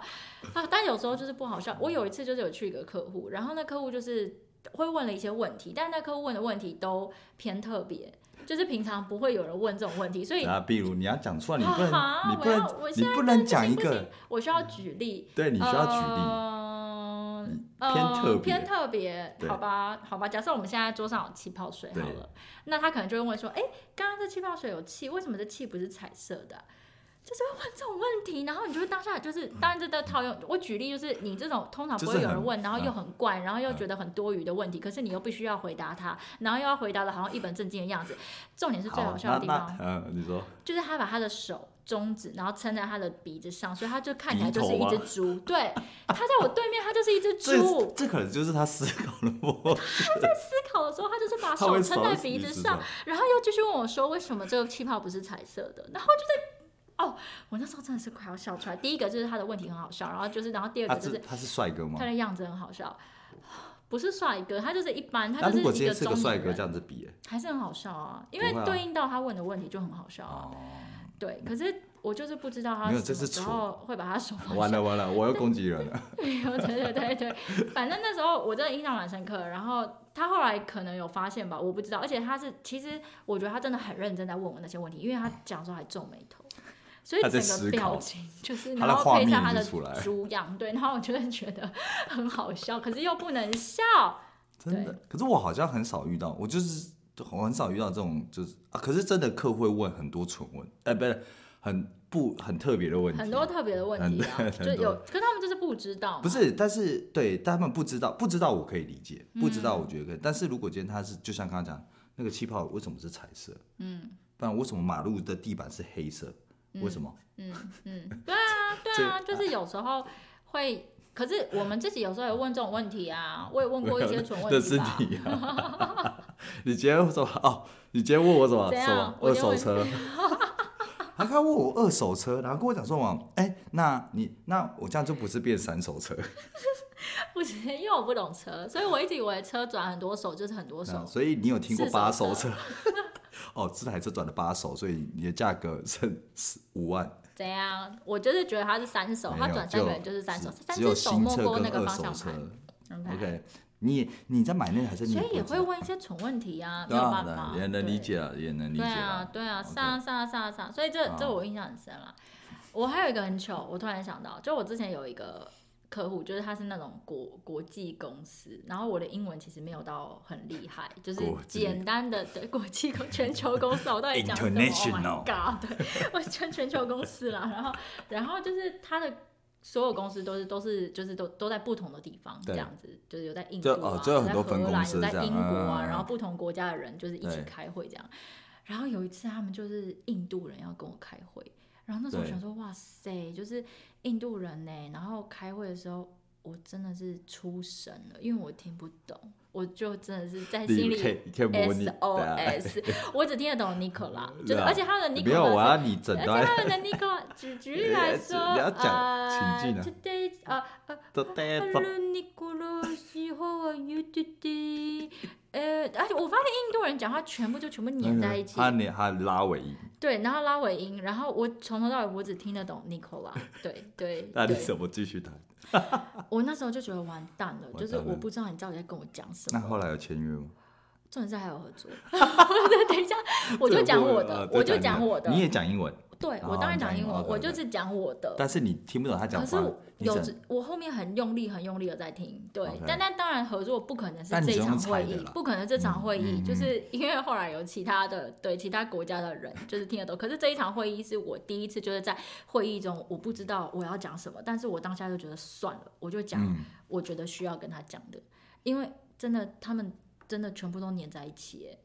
S2: 啊！但有时候就是不好笑。我有一次就是有去一个客户，然后那客户就是会问了一些问题，但那客户问的问题都偏特别，就是平常不会有人问这种问题，所以
S1: 啊，比如你要讲出来，你不
S2: 啊
S1: 能，你
S2: 我
S1: 不
S2: 要我
S1: 能，你
S2: 现
S1: 不能讲一
S2: 不行呃
S1: 个，
S2: 我需要举例，
S1: 对你需要举例。
S2: 嗯
S1: 嗯偏特别
S2: 偏特别，
S1: 对
S2: 好吧，好吧。假设我们现在桌上有气泡水好
S1: 对
S2: 了，那他可能就会问说：“哎、刚刚这气泡水有气，为什么这气不是彩色的啊、就是会问这种问题，然后你就会当下就是，当然这都套用我举例，就是你这种通常不
S1: 嗯就
S2: 会
S1: 是
S2: 有人
S1: 很
S2: 问，然后又
S1: 嗯
S2: 很怪，然后又
S1: 嗯
S2: 觉得很多余的问题，可是你又必须要回答他，然后又要回答的好像一本正经的样子。重点是最好
S1: 啊
S2: 笑
S1: 那
S2: 的地方
S1: 那，呃，你说
S2: 就是他把他的手中指，然后撑在他的鼻子上，所以他就看起来
S1: 鼻
S2: 就
S1: 头
S2: 是一
S1: 吗
S2: 只猪。对，他在我对面，他就是一只
S1: 这
S2: 猪。
S1: 这可能就是他思考的模式，
S2: 思考的时候，他就是把
S1: 他
S2: 手
S1: 会
S2: 撑在
S1: 手
S2: 鼻子
S1: 指
S2: 上
S1: 上，
S2: 然后又继续问我说为什么这个气泡不是彩色的，然后就在哦，我那时候真的是快要笑出来。第一个就是他的问题很好笑，然后就是，然后第二
S1: 他
S2: 个就是是
S1: 他啊是帅哥吗
S2: 他？的样子很好笑，不是帅哥，他就是一般，他
S1: 那啊
S2: 就
S1: 如果
S2: 是
S1: 今
S2: 一
S1: 天是
S2: 中
S1: 个帅
S2: 年
S1: 哥
S2: 人，
S1: 这样子 比，
S2: 还是很好笑啊，因为
S1: 不会啊
S2: 对应到他问的问题就很好笑
S1: 哎
S2: 啊。
S1: 哦，
S2: 对，可是我就是不知道他
S1: 没有
S2: 什
S1: 这
S2: 么
S1: 是
S2: 时
S1: 蠢
S2: 候会把他手放
S1: 完
S2: 下。
S1: 了完了，我要攻击人了。
S2: 对对对对，反正那时候我真的印象蛮深刻的。然后他后来可能有发现吧，我不知道。而且他是，其实我觉得他真的很认真在问我那些问题，因为他讲的时候还皱眉头，所以
S1: 他在
S2: 整
S1: 思
S2: 个表
S1: 考
S2: 情就是，
S1: 他
S2: 然
S1: 的
S2: 后
S1: 画
S2: 配上
S1: 面
S2: 他
S1: 就
S2: 的
S1: 出来了
S2: 猪样，对，然后我就会觉得很好笑，可是又不能笑。
S1: 真的，可是我好像很少遇到，我就是我很少遇到这种，就是啊，可是真的客户会问很多蠢问，哎、不是很不很特别的问题，啊
S2: 很多特别的问题啊，
S1: 很
S2: 就
S1: 很多
S2: 有，可他们就是不知道嘛，
S1: 不是，但是对，但他们不知道，不知道我可以理解，不知道
S2: 嗯
S1: 我觉得可以，但是如果今天他是就像刚刚讲那个气泡为什么是彩色，嗯，不然为什么马路的地板是黑色？为什么？
S2: 嗯，嗯，对啊，对啊，就是有时候会，可是我们自己有时候也问这种问题啊，我也问过一些蠢
S1: 那
S2: 问题
S1: 是
S2: 吧。
S1: 你啊！ 你今天什么？哦，你今天问我什么？
S2: 怎样
S1: 什么
S2: 我
S1: 二
S2: 今天
S1: 手
S2: 问
S1: 车？ 他刚问我二手车，然后跟我讲说嘛，哎、那你那我这样就不是变三手车，
S2: 不是，因为我不懂车，所以我一直以为车转很多手就是很多手。
S1: 啊所以你有听过
S2: 四手
S1: 八手
S2: 车
S1: 车？ 哦，这台车转了八手，所以你的价格是是五万。
S2: 怎样？我就是觉得它是三手，
S1: 没
S2: 它
S1: 有
S2: 转
S1: 只
S2: 三个
S1: 有
S2: 人就是三手，
S1: 只
S2: 三
S1: 只有
S2: 只手
S1: 新
S2: 没
S1: 车
S2: 过
S1: 跟
S2: 那个
S1: 二
S2: 方
S1: 手
S2: 向
S1: 车
S2: 盘。。OK
S1: OK，你也你在买那台车，你
S2: 所
S1: 不
S2: 以也
S1: 知
S2: 会
S1: 道
S2: 问一些蠢问题啊，没
S1: 对
S2: 有
S1: 啊
S2: 办
S1: 对
S2: 法
S1: 啊，，也能理
S2: 对
S1: 解啊，也能理解
S2: 对
S1: 啊
S2: 啊，。对啊，
S1: OK
S2: 是啊，是啊，是啊，是啊，所以这这
S1: 好
S2: 我印象很深了。我还有一个很糗，我突然想到，就我之前有一个客户，就是他是那种国国际公司，然后我的英文其实没有到很厉害，就是
S1: 国际
S2: 简单的对国际公全球公司，我到底讲什么？Oh my
S1: International
S2: god！对，我全全球公司啦，然后然后就是他的所有公司都是都是就是都都在不同的地方这
S1: 对
S2: 样子，就是有在印度
S1: 就
S2: 啊，
S1: 哦就有很多
S2: 在荷
S1: 分公
S2: 兰
S1: 司
S2: 有在
S1: 这样
S2: 英国啊，
S1: 嗯
S2: 然后不同国家的人就是一起
S1: 对
S2: 开会这样。然后有一次他们就是印度人要跟我开会，然后那时候我
S1: 对
S2: 想说哇塞，就是印度人呢，然后开会的时候我真的是出神了，因为我听不懂，我就真的是在啊心
S1: 你可
S2: 里
S1: 以你可以模拟
S2: S O
S1: 的、啊，
S2: S，我只听得懂 Nicola，就
S1: 对
S2: 是
S1: 啊
S2: 而且他的
S1: 没有，我
S2: Nicola
S1: 要你整
S2: 而且
S1: 段
S2: 他们的 Nicola 举举 例来说，
S1: 你要讲
S2: 呃
S1: 情境啊哎
S2: ，Today 呃呃
S1: 都带走
S2: Hello Nicola，西后 are you today？呃，而且我发现印度人讲话全部就全部粘在一起，
S1: 嗯他你他拉尾音，
S2: 对，然后拉尾音，然后我从头到尾我只听得懂 Nicola，对 对
S1: 那你
S2: 对，
S1: 怎么继续弹？
S2: 我那时候就觉得完蛋了，
S1: 完
S2: 就是
S1: 蛋了
S2: 我不知道你到底在跟我讲什
S1: 那
S2: 么。
S1: 后来有签约吗？
S2: 重点是还有合作， 对等一下我就讲我的
S1: 这，个
S2: 我
S1: 不
S2: 就
S1: 能
S2: 讲我的
S1: 你，也讲英文，
S2: 对
S1: 哦
S2: 我当然
S1: 你讲
S2: 讲英
S1: 英文
S2: 文，
S1: ，OK，OK
S2: 我就是讲我的，
S1: 但是你听不懂他讲
S2: 可是
S1: 话
S2: 我，
S1: 你
S2: 有
S1: 只
S2: 只我后面很用力、很用力的在听，对
S1: OK
S2: 但但当然合作不可能是
S1: 但你
S2: 这
S1: 是
S2: 场
S1: 用
S2: 会
S1: 猜的
S2: 议
S1: 啦，
S2: 不可能这场会议，
S1: 嗯嗯
S2: 就是因为后来有其他的对其他国家的人就是听得懂，可是这一场会议是我第一次就是在会议中我不知道我要讲什么，但是我当下就觉得算了，我就讲
S1: 嗯，
S2: 我觉得需要跟他讲的，因为真的他们真的全部都黏在一起耶，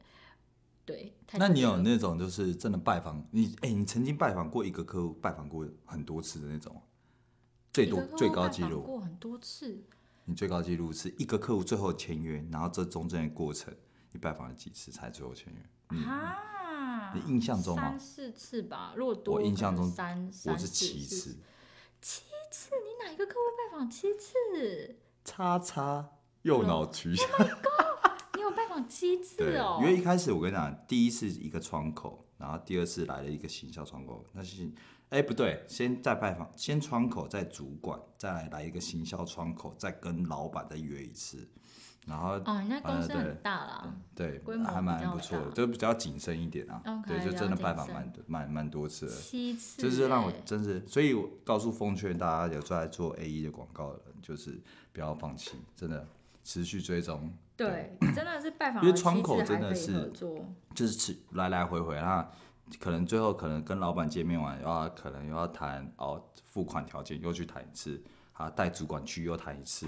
S2: 对。太
S1: 那你
S2: 特别
S1: 有
S2: 了
S1: 那种就是真的拜访你？哎、你曾经拜访过一个客户，拜访过很多次的那种，最多
S2: 你的客户
S1: 最高
S2: 拜
S1: 纪
S2: 访
S1: 录，
S2: 过很多次，
S1: 你最高纪录是一个客户最后签约，然后这中间的过程，你拜访了几次才最后签约？
S2: 啊，
S1: 嗯你印象中吗
S2: 三四次吧，如果多
S1: 我印象中
S2: 可能三三
S1: 我是
S2: 四
S1: 七
S2: 四
S1: 次。
S2: 你哪一个客户拜访七次？
S1: 叉叉右脑取向。
S2: 你有拜访七次
S1: 对
S2: 哦，？
S1: 因为一开始我跟你讲，第一次一个窗口，然后第二次来了一个行销窗口，那是哎、不对，先再拜访，先窗口，再主管，再来来一个行销窗口，再跟老板再约一次，然后、
S2: 哦，你那公
S1: 呃
S2: 司
S1: 对
S2: 很大啦，
S1: 对
S2: 规模
S1: 还
S2: 比
S1: 蛮
S2: 较
S1: 不错的，
S2: 大
S1: 就比较谨慎一点啊。
S2: OK，
S1: 对，就真的
S2: 比较
S1: 拜
S2: 谨
S1: 访
S2: 慎
S1: 蛮多蛮蛮多次的。
S2: 七次耶，
S1: 这是让我真是，所以我告诉奉劝大家有在做 A E 的广告的人，就是不要放弃，真的持续追踪，
S2: 对，真的是拜访
S1: 因为
S2: 了七
S1: 窗口
S2: 次
S1: 真
S2: 还
S1: 的
S2: 可以
S1: 是
S2: 合作。
S1: 就是吃来来回回，那可能最后可能跟老板见面完，又要可能又要谈哦付款条件，又去谈一次，啊带主管去又谈一次，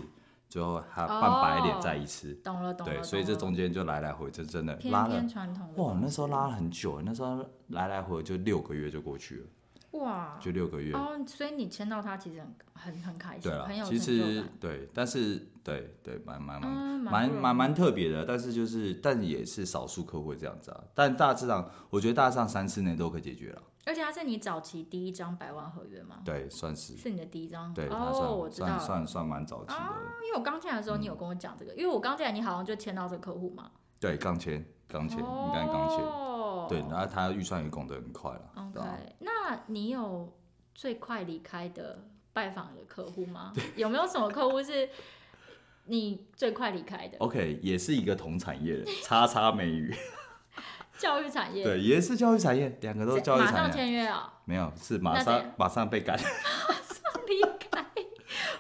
S1: 最后还
S2: 哦
S1: 半白脸再一次，
S2: 懂了，懂了。
S1: 对，所以
S2: 懂
S1: 这
S2: 了
S1: 中间就来来回，就真的
S2: 偏
S1: 拉了
S2: 偏，传统的
S1: 哇，那时候
S2: 公
S1: 拉了很久，那时候来来回就六个月就过去了，
S2: 司哇
S1: 就六个月，
S2: 哦，所以你签到他其实很很很开心，
S1: 对啊
S2: 很有，
S1: 其
S2: 成就
S1: 实
S2: 感。
S1: 对，但是对对，蛮蛮蛮
S2: 嗯，
S1: 蛮
S2: 不容易
S1: 蛮蛮特别的，但是就是但也是少数客户会这样子啊，但大致上我觉得大致上三四年都可以解决了，
S2: 而且它是你早期第一张百万合约吗？
S1: 对，算是
S2: 是你的第一张
S1: 对，他算、
S2: 哦，我知道
S1: 算
S2: 了。啊
S1: 算算蛮早期的，
S2: 因为我刚进来的时候，
S1: 嗯
S2: 你有跟我讲这个，因为我刚进来，你好像就签到这个客户嘛。
S1: 对，钢签钢签，
S2: 哦
S1: 你刚才钢签，对，
S2: 对
S1: 然后他预算也拱得很快了，
S2: 哦
S1: 对啊
S2: OK，那你有最快离开的拜访的客户吗？有没有什么客户是你最快离开的？
S1: OK，也是一个同产业的叉叉美 语，
S2: 教育产业，
S1: 对，也是教育产业，两个都是教育
S2: 马上
S1: 产业，
S2: 签约啊、
S1: 没有是马
S2: 那怎
S1: 上
S2: 样
S1: 马上被赶。
S2: 离开。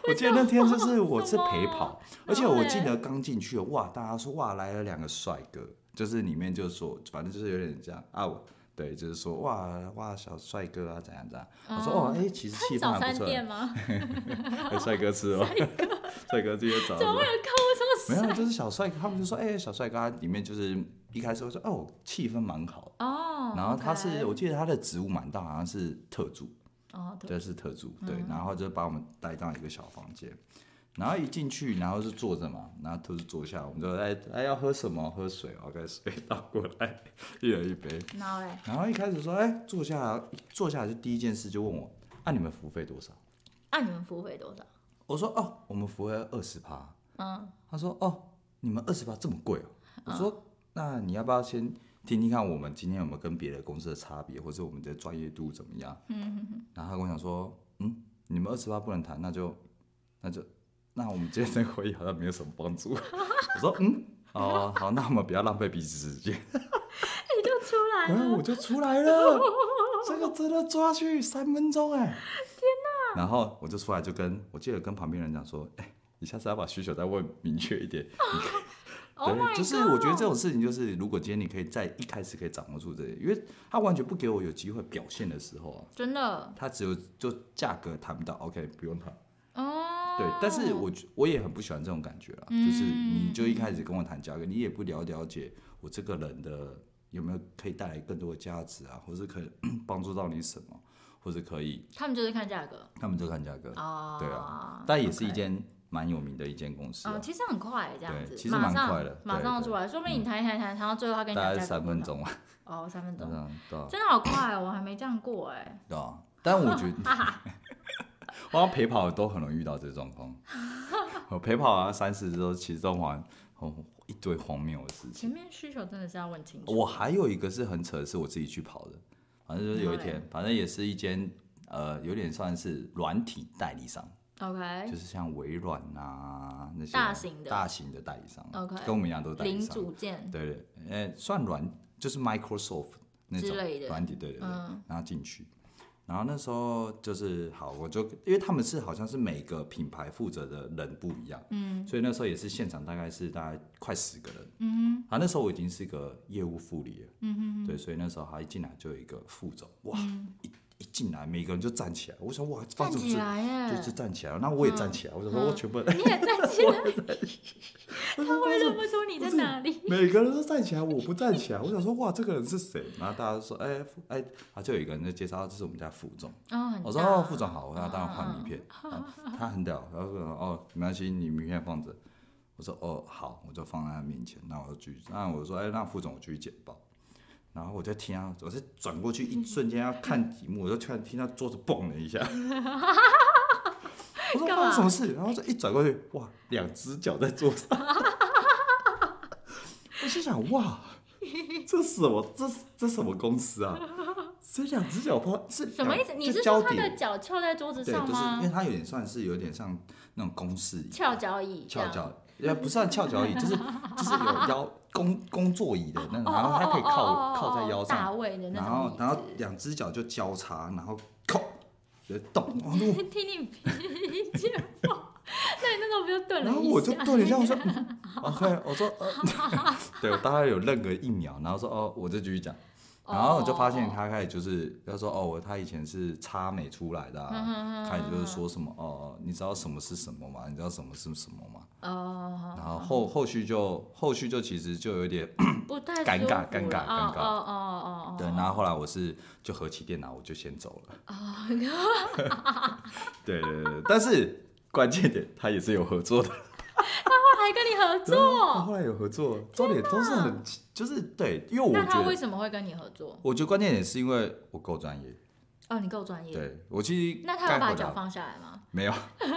S1: 我记得那天就是我是
S2: 为什么
S1: 陪跑，而且我记 得刚进去哇，大家说哇来了两个帅哥，就是里面就说反正就是有点这样啊，我对就是说哇哇小帅哥啊怎样怎样，我说哦哎、其实气氛
S2: 早
S1: 还
S2: 餐
S1: 不错，啊
S2: 店吗？
S1: 有帅哥吃哦， 帅哥今天早
S2: 怎么
S1: 上
S2: 会有客户
S1: 没
S2: 这么
S1: 有啊就是小帅哥，他们就说哎、小帅哥，他里面就是一开始我说哦气氛蛮好，
S2: 哦，
S1: 然后他是
S2: OK
S1: 我记得他的职务蛮大，好像是特助，
S2: 哦，对，嗯
S1: 这是特助，对，然后就把我们带到一个小房间，然后一进去，然后是坐着嘛，然后都是坐下，我们就哎哎要喝什么？喝水，OK，水哦倒过来，一人一杯。
S2: 然后嘞，
S1: 然后一开始说哎坐下来，一坐下来就第一件事就问我，啊你们服务费多少？
S2: 那你们服务费 多少？
S1: 我说哦我们服务费二十趴，
S2: 嗯，
S1: 他说哦你们二十趴这么贵哦，我说那你要不要先听听看我们今天有没有跟别的公司的差别，或者我们的专业度怎么样？然后他跟我讲说，嗯，你们二十八不能谈，那就那就那我们今天这个会议好像没有什么帮助。我说嗯，哦好，那我们不要浪费彼此时间。
S2: 你就出来
S1: 然后
S2: 了，
S1: 我就出来了，这个真的抓去三分钟哎、然后我就出来就跟我记得跟旁边人讲说，哎、你下次要把需求再问明确一点。
S2: Oh my
S1: 对，就是我觉得这种事情，就是如果今天你可以在一开始可以掌握住这些，因为他完全不给我有机会表现的时候啊，
S2: 真的
S1: 他只有就价格谈不到，OK，不用谈。
S2: 哦。
S1: 对，但是我觉我也很不喜欢这种感觉啦，
S2: 嗯
S1: 就是你就一开始跟我谈价格，你也不了了解我这个人的有没有可以带来更多的价值啊，或是可以 帮助到你什么，或是可以
S2: 他们就是看价格
S1: 他们就看价格，
S2: 啊。
S1: 对但也是一
S2: OK。
S1: 间蛮有名的一间公司、
S2: 嗯，
S1: 啊，
S2: 其实很快这样
S1: 对
S2: 子，
S1: 其实
S2: 马
S1: 蛮
S2: 上
S1: 快的
S2: 马
S1: 对
S2: 上
S1: 对
S2: 出来，说不定你谈一谈一谈，谈到最后他跟你
S1: 大
S2: 讲
S1: 概
S2: 价格
S1: 三
S2: 多
S1: 分
S2: 少
S1: 钟吧，
S2: 哦，三分
S1: 这
S2: 钟，
S1: 样对啊
S2: 真的好快，哦，我还没这样过哎。
S1: 对啊。但我 觉得，我要陪跑都很容易遇到这个状 况，我陪跑啊三四周其实都玩哦一堆荒谬的事情。
S2: 前面需求真的是要问清楚。
S1: 我还有一个是很扯的，是我自己去跑的，反正就是有一
S2: 然
S1: 天，反正也是一间呃，有点算是软体代理商，就
S2: OK，
S1: 是像微软啊那些
S2: 哎大型的
S1: 大型的代理商
S2: OK
S1: 跟我们一样都是代理
S2: 零
S1: 商，
S2: 组件，
S1: 对对，呃，算软就是 Microsoft 那种
S2: 之类的
S1: 软体，对对对，
S2: 嗯
S1: 然后进去。然后那时候就是好，我就因为他们是好像是每个品牌负责的人不一样，
S2: 嗯
S1: 所以那时候也是现场大概是大概快十个人，
S2: 嗯
S1: 啊，那时候我已经是个业务副理了，
S2: 嗯嗯
S1: 对，所以那时候他一进来就有一个副总，哇，
S2: 嗯，
S1: 一进来每个人就站起来，我想哇，
S2: 站
S1: 发生什么
S2: 起
S1: 事
S2: 来耶
S1: 就！就站起来，那我也站起来，我想说我全部人，
S2: 你也站起 来，
S1: 我
S2: 他
S1: 说
S2: 会
S1: 为什
S2: 认
S1: 么
S2: 不出你在
S1: 不是
S2: 哪里。
S1: 每个人都站起来，我不站起来，我想说哇，这个人是谁？然后大家就说哎副哎，啊，就有一个人就介绍，这是我们家副总，
S2: 哦，很
S1: 我说
S2: 大
S1: 哦副总好，我说当然换名片，
S2: 嗯
S1: 啊他很屌，然后说哦没关系，你名片放着。我说哦好，我就放在他面前，那我就继续，那我说哎，那副总我继续简报。然后我就听他，我是转过去一瞬间要看题目，我就突然听到桌子嘣了一 下。我说
S2: 干
S1: 发
S2: 嘛
S1: 生什么事？然后就一转过去，哇，两只脚在桌上。 我心想，哇，这是什么？这是这是什么公司 啊？这两只脚放是
S2: 什么
S1: 两
S2: 意思？你
S1: 就是交
S2: 说他
S1: 叠
S2: 的脚翘在桌子
S1: 对，
S2: 上
S1: 就是因为
S2: 吗？
S1: 它有点算是有点像那种公式椅，
S2: 翘脚椅这
S1: 翘
S2: 样，
S1: 脚，也不算翘 脚椅，就是就是有腰工工作椅的那种，然后它可以
S2: 哦哦哦哦
S1: 靠
S2: 哦
S1: 靠在腰
S2: 大
S1: 上，
S2: 卫的那
S1: 然后然后
S2: 椅子
S1: 两只脚就交叉，然后扣，就动， 然后
S2: 听你脾气话，那你那时候不就顿了
S1: 然
S2: 一下？
S1: 后我就顿了一下，我说、 嗯、OK，我说呃，对我大概有愣个一秒，然后说哦，我就继续讲。然后我就发
S2: 哦
S1: 现他开始就是他说哦，我他以前是插美出来的、
S2: 嗯
S1: 啊，开始就是说什么哦，你知道什么是什么吗？你知道什么是什么吗？
S2: 哦，
S1: 然后后后续就后续就其实就有点
S2: 不太
S1: 尴
S2: 舒
S1: 尬
S2: 服
S1: 尴
S2: 了
S1: 尬
S2: 哦
S1: 尴尬
S2: 哦哦哦哦，
S1: 对，然后后来我是就合起电脑，我就先走了。
S2: 哦
S1: 对对对，对但是关键点他也是有合作的，
S2: 他还跟你合
S1: 他
S2: 作，
S1: 后来有合作，重点都是很就是对，啊因为我
S2: 那他
S1: 觉
S2: 为
S1: 得
S2: 什么会跟你合作？
S1: 我觉得关键点是因为我够专业，
S2: 哦，你够专业。
S1: 对我其实
S2: 那他有
S1: 该
S2: 把
S1: 回答
S2: 脚放下来吗？
S1: 没有，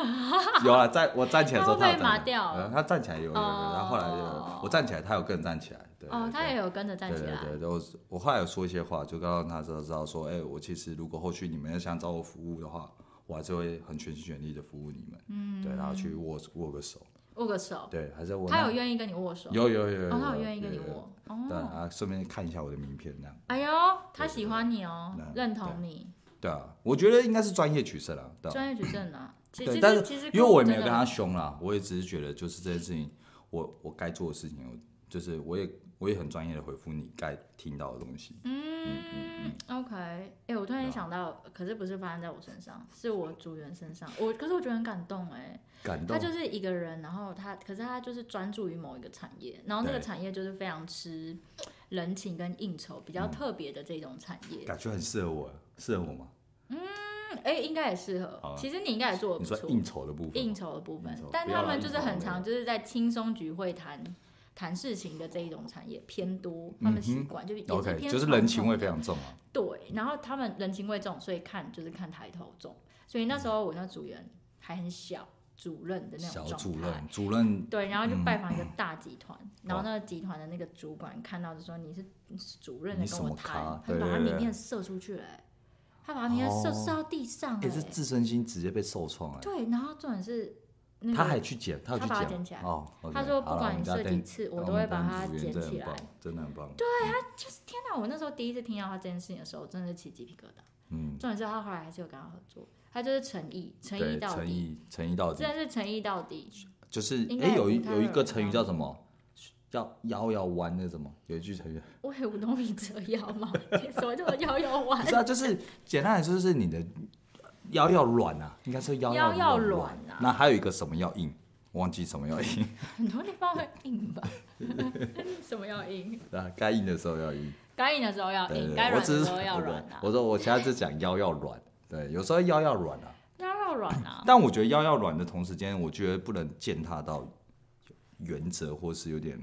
S1: 有啊，站我站起来的时候
S2: 他
S1: 他
S2: 会
S1: 有站
S2: 不会
S1: 起
S2: 麻
S1: 来
S2: 掉
S1: 呃他站起来有有有，然后后来
S2: 哦
S1: 有我站起来，他有更站起来，对
S2: 哦
S1: 对，
S2: 他
S1: 对
S2: 也有跟着站
S1: 对
S2: 起
S1: 对
S2: 来。
S1: 对，对我我后来有说一些话，就告诉他知道知道说，哎、我其实如果后续你们要想找我服务的话，我还是会很全心全力的服务你们。嗯，对，然后去握握个手，
S2: 握个手，
S1: 对，还是我
S2: 他
S1: 那
S2: 有愿意跟你握手，
S1: 有有有有，
S2: 哦，他有愿意跟你
S1: 有。有
S2: 握，
S1: 对
S2: 哦，
S1: 啊，顺便看一下我的名片那样。
S2: 哎呦，他喜欢你哦
S1: 对对，对
S2: 认同你，
S1: 对啊，我觉得应该是专业取胜啦，对啊
S2: 专业举证啊。其
S1: 对，
S2: 实
S1: 但是
S2: 其实
S1: 因为我也没
S2: 真
S1: 有
S2: 的
S1: 跟他凶啦，我也只是觉得就是这件事情，我我该做的事情，我就是我也我也很专业的回复你该听到的东西。
S2: 嗯，OK，哎、我突
S1: 啊
S2: 然想到，可是不是发生在我身上，是我组员身上。我可是我觉得很感动哎、
S1: 嗯感动
S2: 他，就是一个人，然后他，可是他就是专注于某一个产业，然后那个
S1: 对
S2: 产业就是非常吃人情跟应酬，比较
S1: 嗯
S2: 特别的这种产业。
S1: 感觉很适合我，适合我吗？
S2: 嗯，哎、应该也适合。
S1: 好啊
S2: 其实你应该也做
S1: 你
S2: 的不
S1: 说
S2: 错，
S1: 应酬的部分吗，
S2: 应酬的部分
S1: 应酬，
S2: 但
S1: 不要
S2: 他
S1: 啦
S2: 们就是
S1: 应酬
S2: 很
S1: 没有
S2: 常就是在轻松聚会谈谈事情的这一种产业偏多，他们
S1: 嗯
S2: 习
S1: 哼
S2: 惯就是也是
S1: OK，
S2: 偏
S1: 就是
S2: 传
S1: 人情
S2: 统
S1: 味
S2: 的
S1: 非常重啊。
S2: 对，然后他们人情味重，所以看就是看抬头重，所以那时候我那组员还很小，主任的那
S1: 小
S2: 种状
S1: 主
S2: 态。
S1: 任，主任
S2: 对，然后就
S1: 嗯哦
S2: 拜访一个大集团，然后那个集团的那个主管看到就说你是你是主任的
S1: 你
S2: 跟
S1: 什
S2: 我
S1: 么
S2: 谈
S1: 咖，
S2: 他
S1: 对
S2: 把他
S1: 对
S2: 名
S1: 对
S2: 片射出去了欸、他把他名片射
S1: 哦
S2: 射到地上
S1: 也
S2: 了
S1: 是
S2: 欸、
S1: 自尊心直接被受创哎，
S2: 对，然后重点是那
S1: 他还
S2: 个
S1: 去捡，他有
S2: 他
S1: 去
S2: 把它
S1: 捡
S2: 捡起来
S1: 哦，OK，
S2: 他
S1: 好
S2: 说不
S1: 啦
S2: 管
S1: 我
S2: 你
S1: 们家
S2: 射几
S1: 店
S2: 次，我
S1: 哦
S2: 都
S1: 们
S2: 会把
S1: 当
S2: 它
S1: 服务员
S2: 捡
S1: 真的
S2: 起
S1: 很
S2: 来。
S1: 棒，真的很棒。
S2: 天哪！我那时候第一次听到他这件事情的时候，真的是起鸡皮疙瘩。
S1: 嗯，
S2: 重点是他后来还是有跟他合作，他就是诚意，诚意
S1: 对，
S2: 到
S1: 诚
S2: 底，
S1: 意诚意到底
S2: 真，的是诚意到底。
S1: 就是
S2: 应
S1: 哎、
S2: 该
S1: 有
S2: 有
S1: 一
S2: 其他
S1: 有一
S2: 人
S1: 个成语
S2: 吧
S1: 叫什么？叫腰要弯那什么？有一句 成语，
S2: 为五斗米折腰嘛，什么叫腰腰弯
S1: 不？是啊，就是简单来说，就是你的腰要软啊，应该是腰
S2: 腰
S1: 要
S2: 要
S1: 软
S2: 软啊
S1: 那还有一个什么要硬？忘记什么要硬
S2: 很多地方会硬吧？ 什么要硬？
S1: 啊，该硬的时候要硬。
S2: 该硬的时候要
S1: 对对
S2: 哦硬，
S1: 对，
S2: 该
S1: 我
S2: 软
S1: 只
S2: 的
S1: 是
S2: 时候要
S1: 对
S2: 软啊，
S1: 我说我现在是讲腰要软，对，有时候腰要软啊，
S2: 腰要软 啊。
S1: 但我觉得腰要软的同时间，我觉得不能践踏到原则，或是有点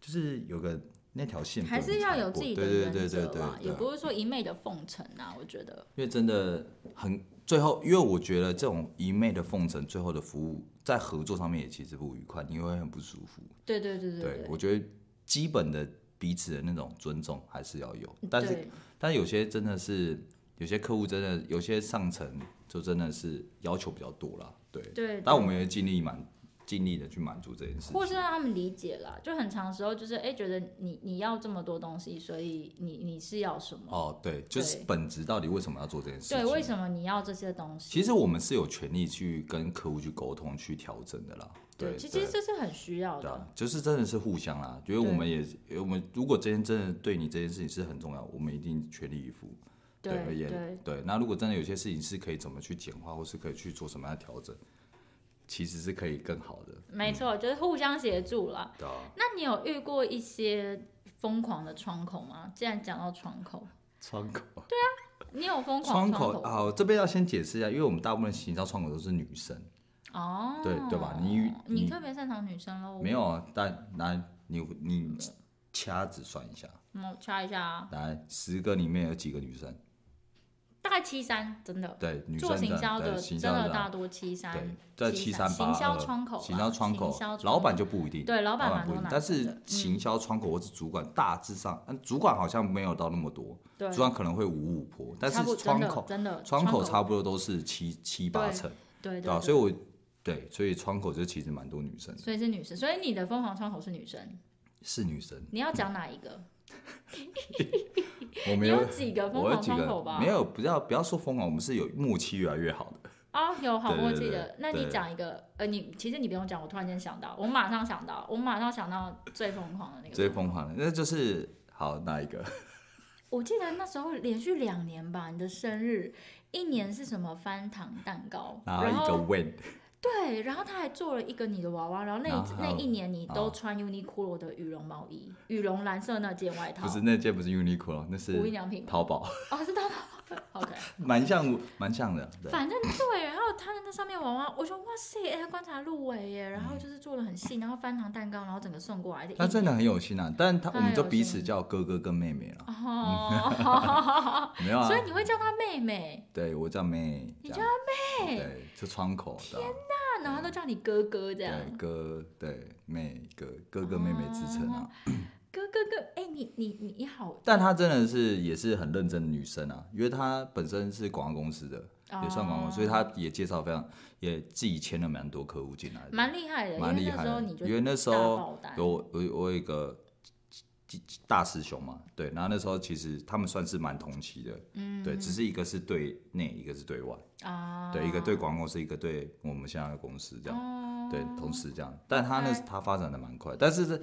S1: 就是有个那条线不
S2: 还是
S1: 能
S2: 要
S1: 踩
S2: 有
S1: 过
S2: 自己的
S1: 对
S2: 原
S1: 对对
S2: 则
S1: 对
S2: 啦，
S1: 对对，
S2: 也不是说一昧的奉承啊。我觉得
S1: 因为真的很最后，因为我觉得这种一昧的奉承，最后的服务在合作上面也其实不愉快，你会很不舒服。
S2: 对对对
S1: 对
S2: 对，
S1: 我觉得基本的彼此的那种尊重还是要有，但是
S2: 对
S1: 但有些真的是有些客户真的有些上层就真的是要求比较多啦，对。
S2: 对，
S1: 但我们也尽力满尽力的去满足这件事
S2: 或是
S1: 情。
S2: 让他们理解啦，就很长时候就是哎、觉得你你要这么多东西，所以你你是要什么？
S1: 哦，对，就是
S2: 对
S1: 本质到底为什么要做这件事情？
S2: 对，为什么你要这些东西？
S1: 其实我们是有权利去跟客户去沟通、去调整的啦。
S2: 对，其实这是很需要
S1: 对
S2: 的。
S1: 啊，就是真的是互相啦，觉得我们也，我们如果今天真的对你这件事情是很重要，我们一定全力以赴。
S2: 对
S1: 也
S2: 对
S1: 对。嗯那如果真的有些事情是可以怎么去简化，或是可以去做什么样的调整，其实是可以更好的，
S2: 没错，就是互相协助啦。
S1: 对啊。
S2: 那你有遇过一些疯狂的窗口吗？既然讲到窗口，
S1: 窗口，
S2: 你有疯狂
S1: 窗
S2: 口
S1: 口啊，我这边要先解释一下，因为我们大部分行销窗口都是女生，
S2: 哦，
S1: 对对吧你
S2: 你
S1: 你
S2: 特别擅长女生喽？
S1: 没有，啊，但男你你掐指算一下，
S2: 嗯，我查一下啊，
S1: 来十个里面有几个女生？
S2: 大概七三，真的。
S1: 对，女生
S2: 做行
S1: 占
S2: 销的
S1: 对行
S2: 真
S1: 销
S2: 的
S1: 占
S2: 大多七三
S1: 对，，在
S2: 七
S1: 七
S2: 三
S1: 三八
S2: 行销
S1: 二
S2: 窗口啦
S1: 行销窗口
S2: 行销，窗
S1: 老板就不一定，
S2: 对老
S1: 老
S2: 板
S1: 板
S2: 蛮
S1: 不
S2: 多
S1: 一定
S2: 男，
S1: 但
S2: 生
S1: 是
S2: 的
S1: 行销窗口或是主管大致上，嗯，主管好像没有到那么多，
S2: 对，
S1: 主管可能会五五婆，但
S2: 差
S1: 是
S2: 不
S1: 窗
S2: 真的
S1: 口
S2: 真的
S1: 窗口差不多都是七七八
S2: 对
S1: 成，
S2: 对
S1: 对
S2: 对，
S1: 吧？所以我对，所以窗口就其实蛮多女生的，
S2: 所以是女生，所以你的疯狂窗口是女生，
S1: 是女生，
S2: 你要讲哪一个？
S1: 我
S2: 你
S1: 没
S2: 有几个疯
S1: 我有
S2: 狂
S1: 几
S2: 窗口
S1: 个
S2: 吧？
S1: 没有，不要不要说疯狂，我们是有默契越来越好的，
S2: 哦，有好
S1: 对对
S2: 默契
S1: 对
S2: 的。那你
S1: 对
S2: 讲一个，呃，你其实你不用讲，我突然间想到，我马上想到，我马上想到最疯狂的那个。
S1: 最疯狂的那就是好哪 一个？
S2: 我记得那时候连续两年吧，你的生日，一年是什么翻糖蛋糕，
S1: 然后一个 when
S2: 对，然后他还做了一个你的娃娃，然后那
S1: 然
S2: 一
S1: 后还
S2: 那
S1: 有
S2: 一年你都
S1: 啊
S2: 穿 Uniqlo 的羽绒毛衣，羽绒蓝色那件外套
S1: 不，是那件不是 Uniqlo，那
S2: 无印
S1: 是
S2: 良品
S1: 淘宝。
S2: 哦，是淘宝，OK，
S1: 蛮像，蛮像的。对，
S2: 反正对，然后他的那上面娃娃，我说哇塞，哎、他观察入围耶，然后就是做的很细，然后翻糖蛋糕，然后整个送过来的一年，
S1: 嗯他真的很有心啊，但他
S2: 太
S1: 我们就
S2: 有
S1: 彼
S2: 心
S1: 此
S2: 了
S1: 叫哥哥跟妹妹了，
S2: 哦，
S1: 没有啊
S2: 所？以你会叫她妹妹，
S1: 对我叫妹，
S2: 你
S1: 这
S2: 叫
S1: 样
S2: 她 妹
S1: 对，就窗口的啊，
S2: 那然后都叫你哥哥这样，
S1: 对哥对妹哥哥哥妹妹之称啊。
S2: 哥哥哥，哎、你你你你好，
S1: 但她真的是也是很认真的女生啊，因为她本身是广告公司的，
S2: 哦
S1: 也算广告，哦所以她也介绍非常，也自己签了蛮多客户进来的，
S2: 蛮厉害的，
S1: 蛮厉
S2: 因为那
S1: 害
S2: 时候
S1: 的
S2: 你。就
S1: 因为那时
S2: 大
S1: 候
S2: 爆单，
S1: 有我我我有一个大师兄嘛，对，然后那时候其实他们算是蛮同期的，
S2: 嗯，
S1: 对，只是一个是对内，一个是对外，
S2: 啊，
S1: 对，一个对广告公司，一个对我们现在的公司这样，
S2: 哦，
S1: 对，同时这样。但他呢
S2: OK，
S1: 他发展的蛮快，但是这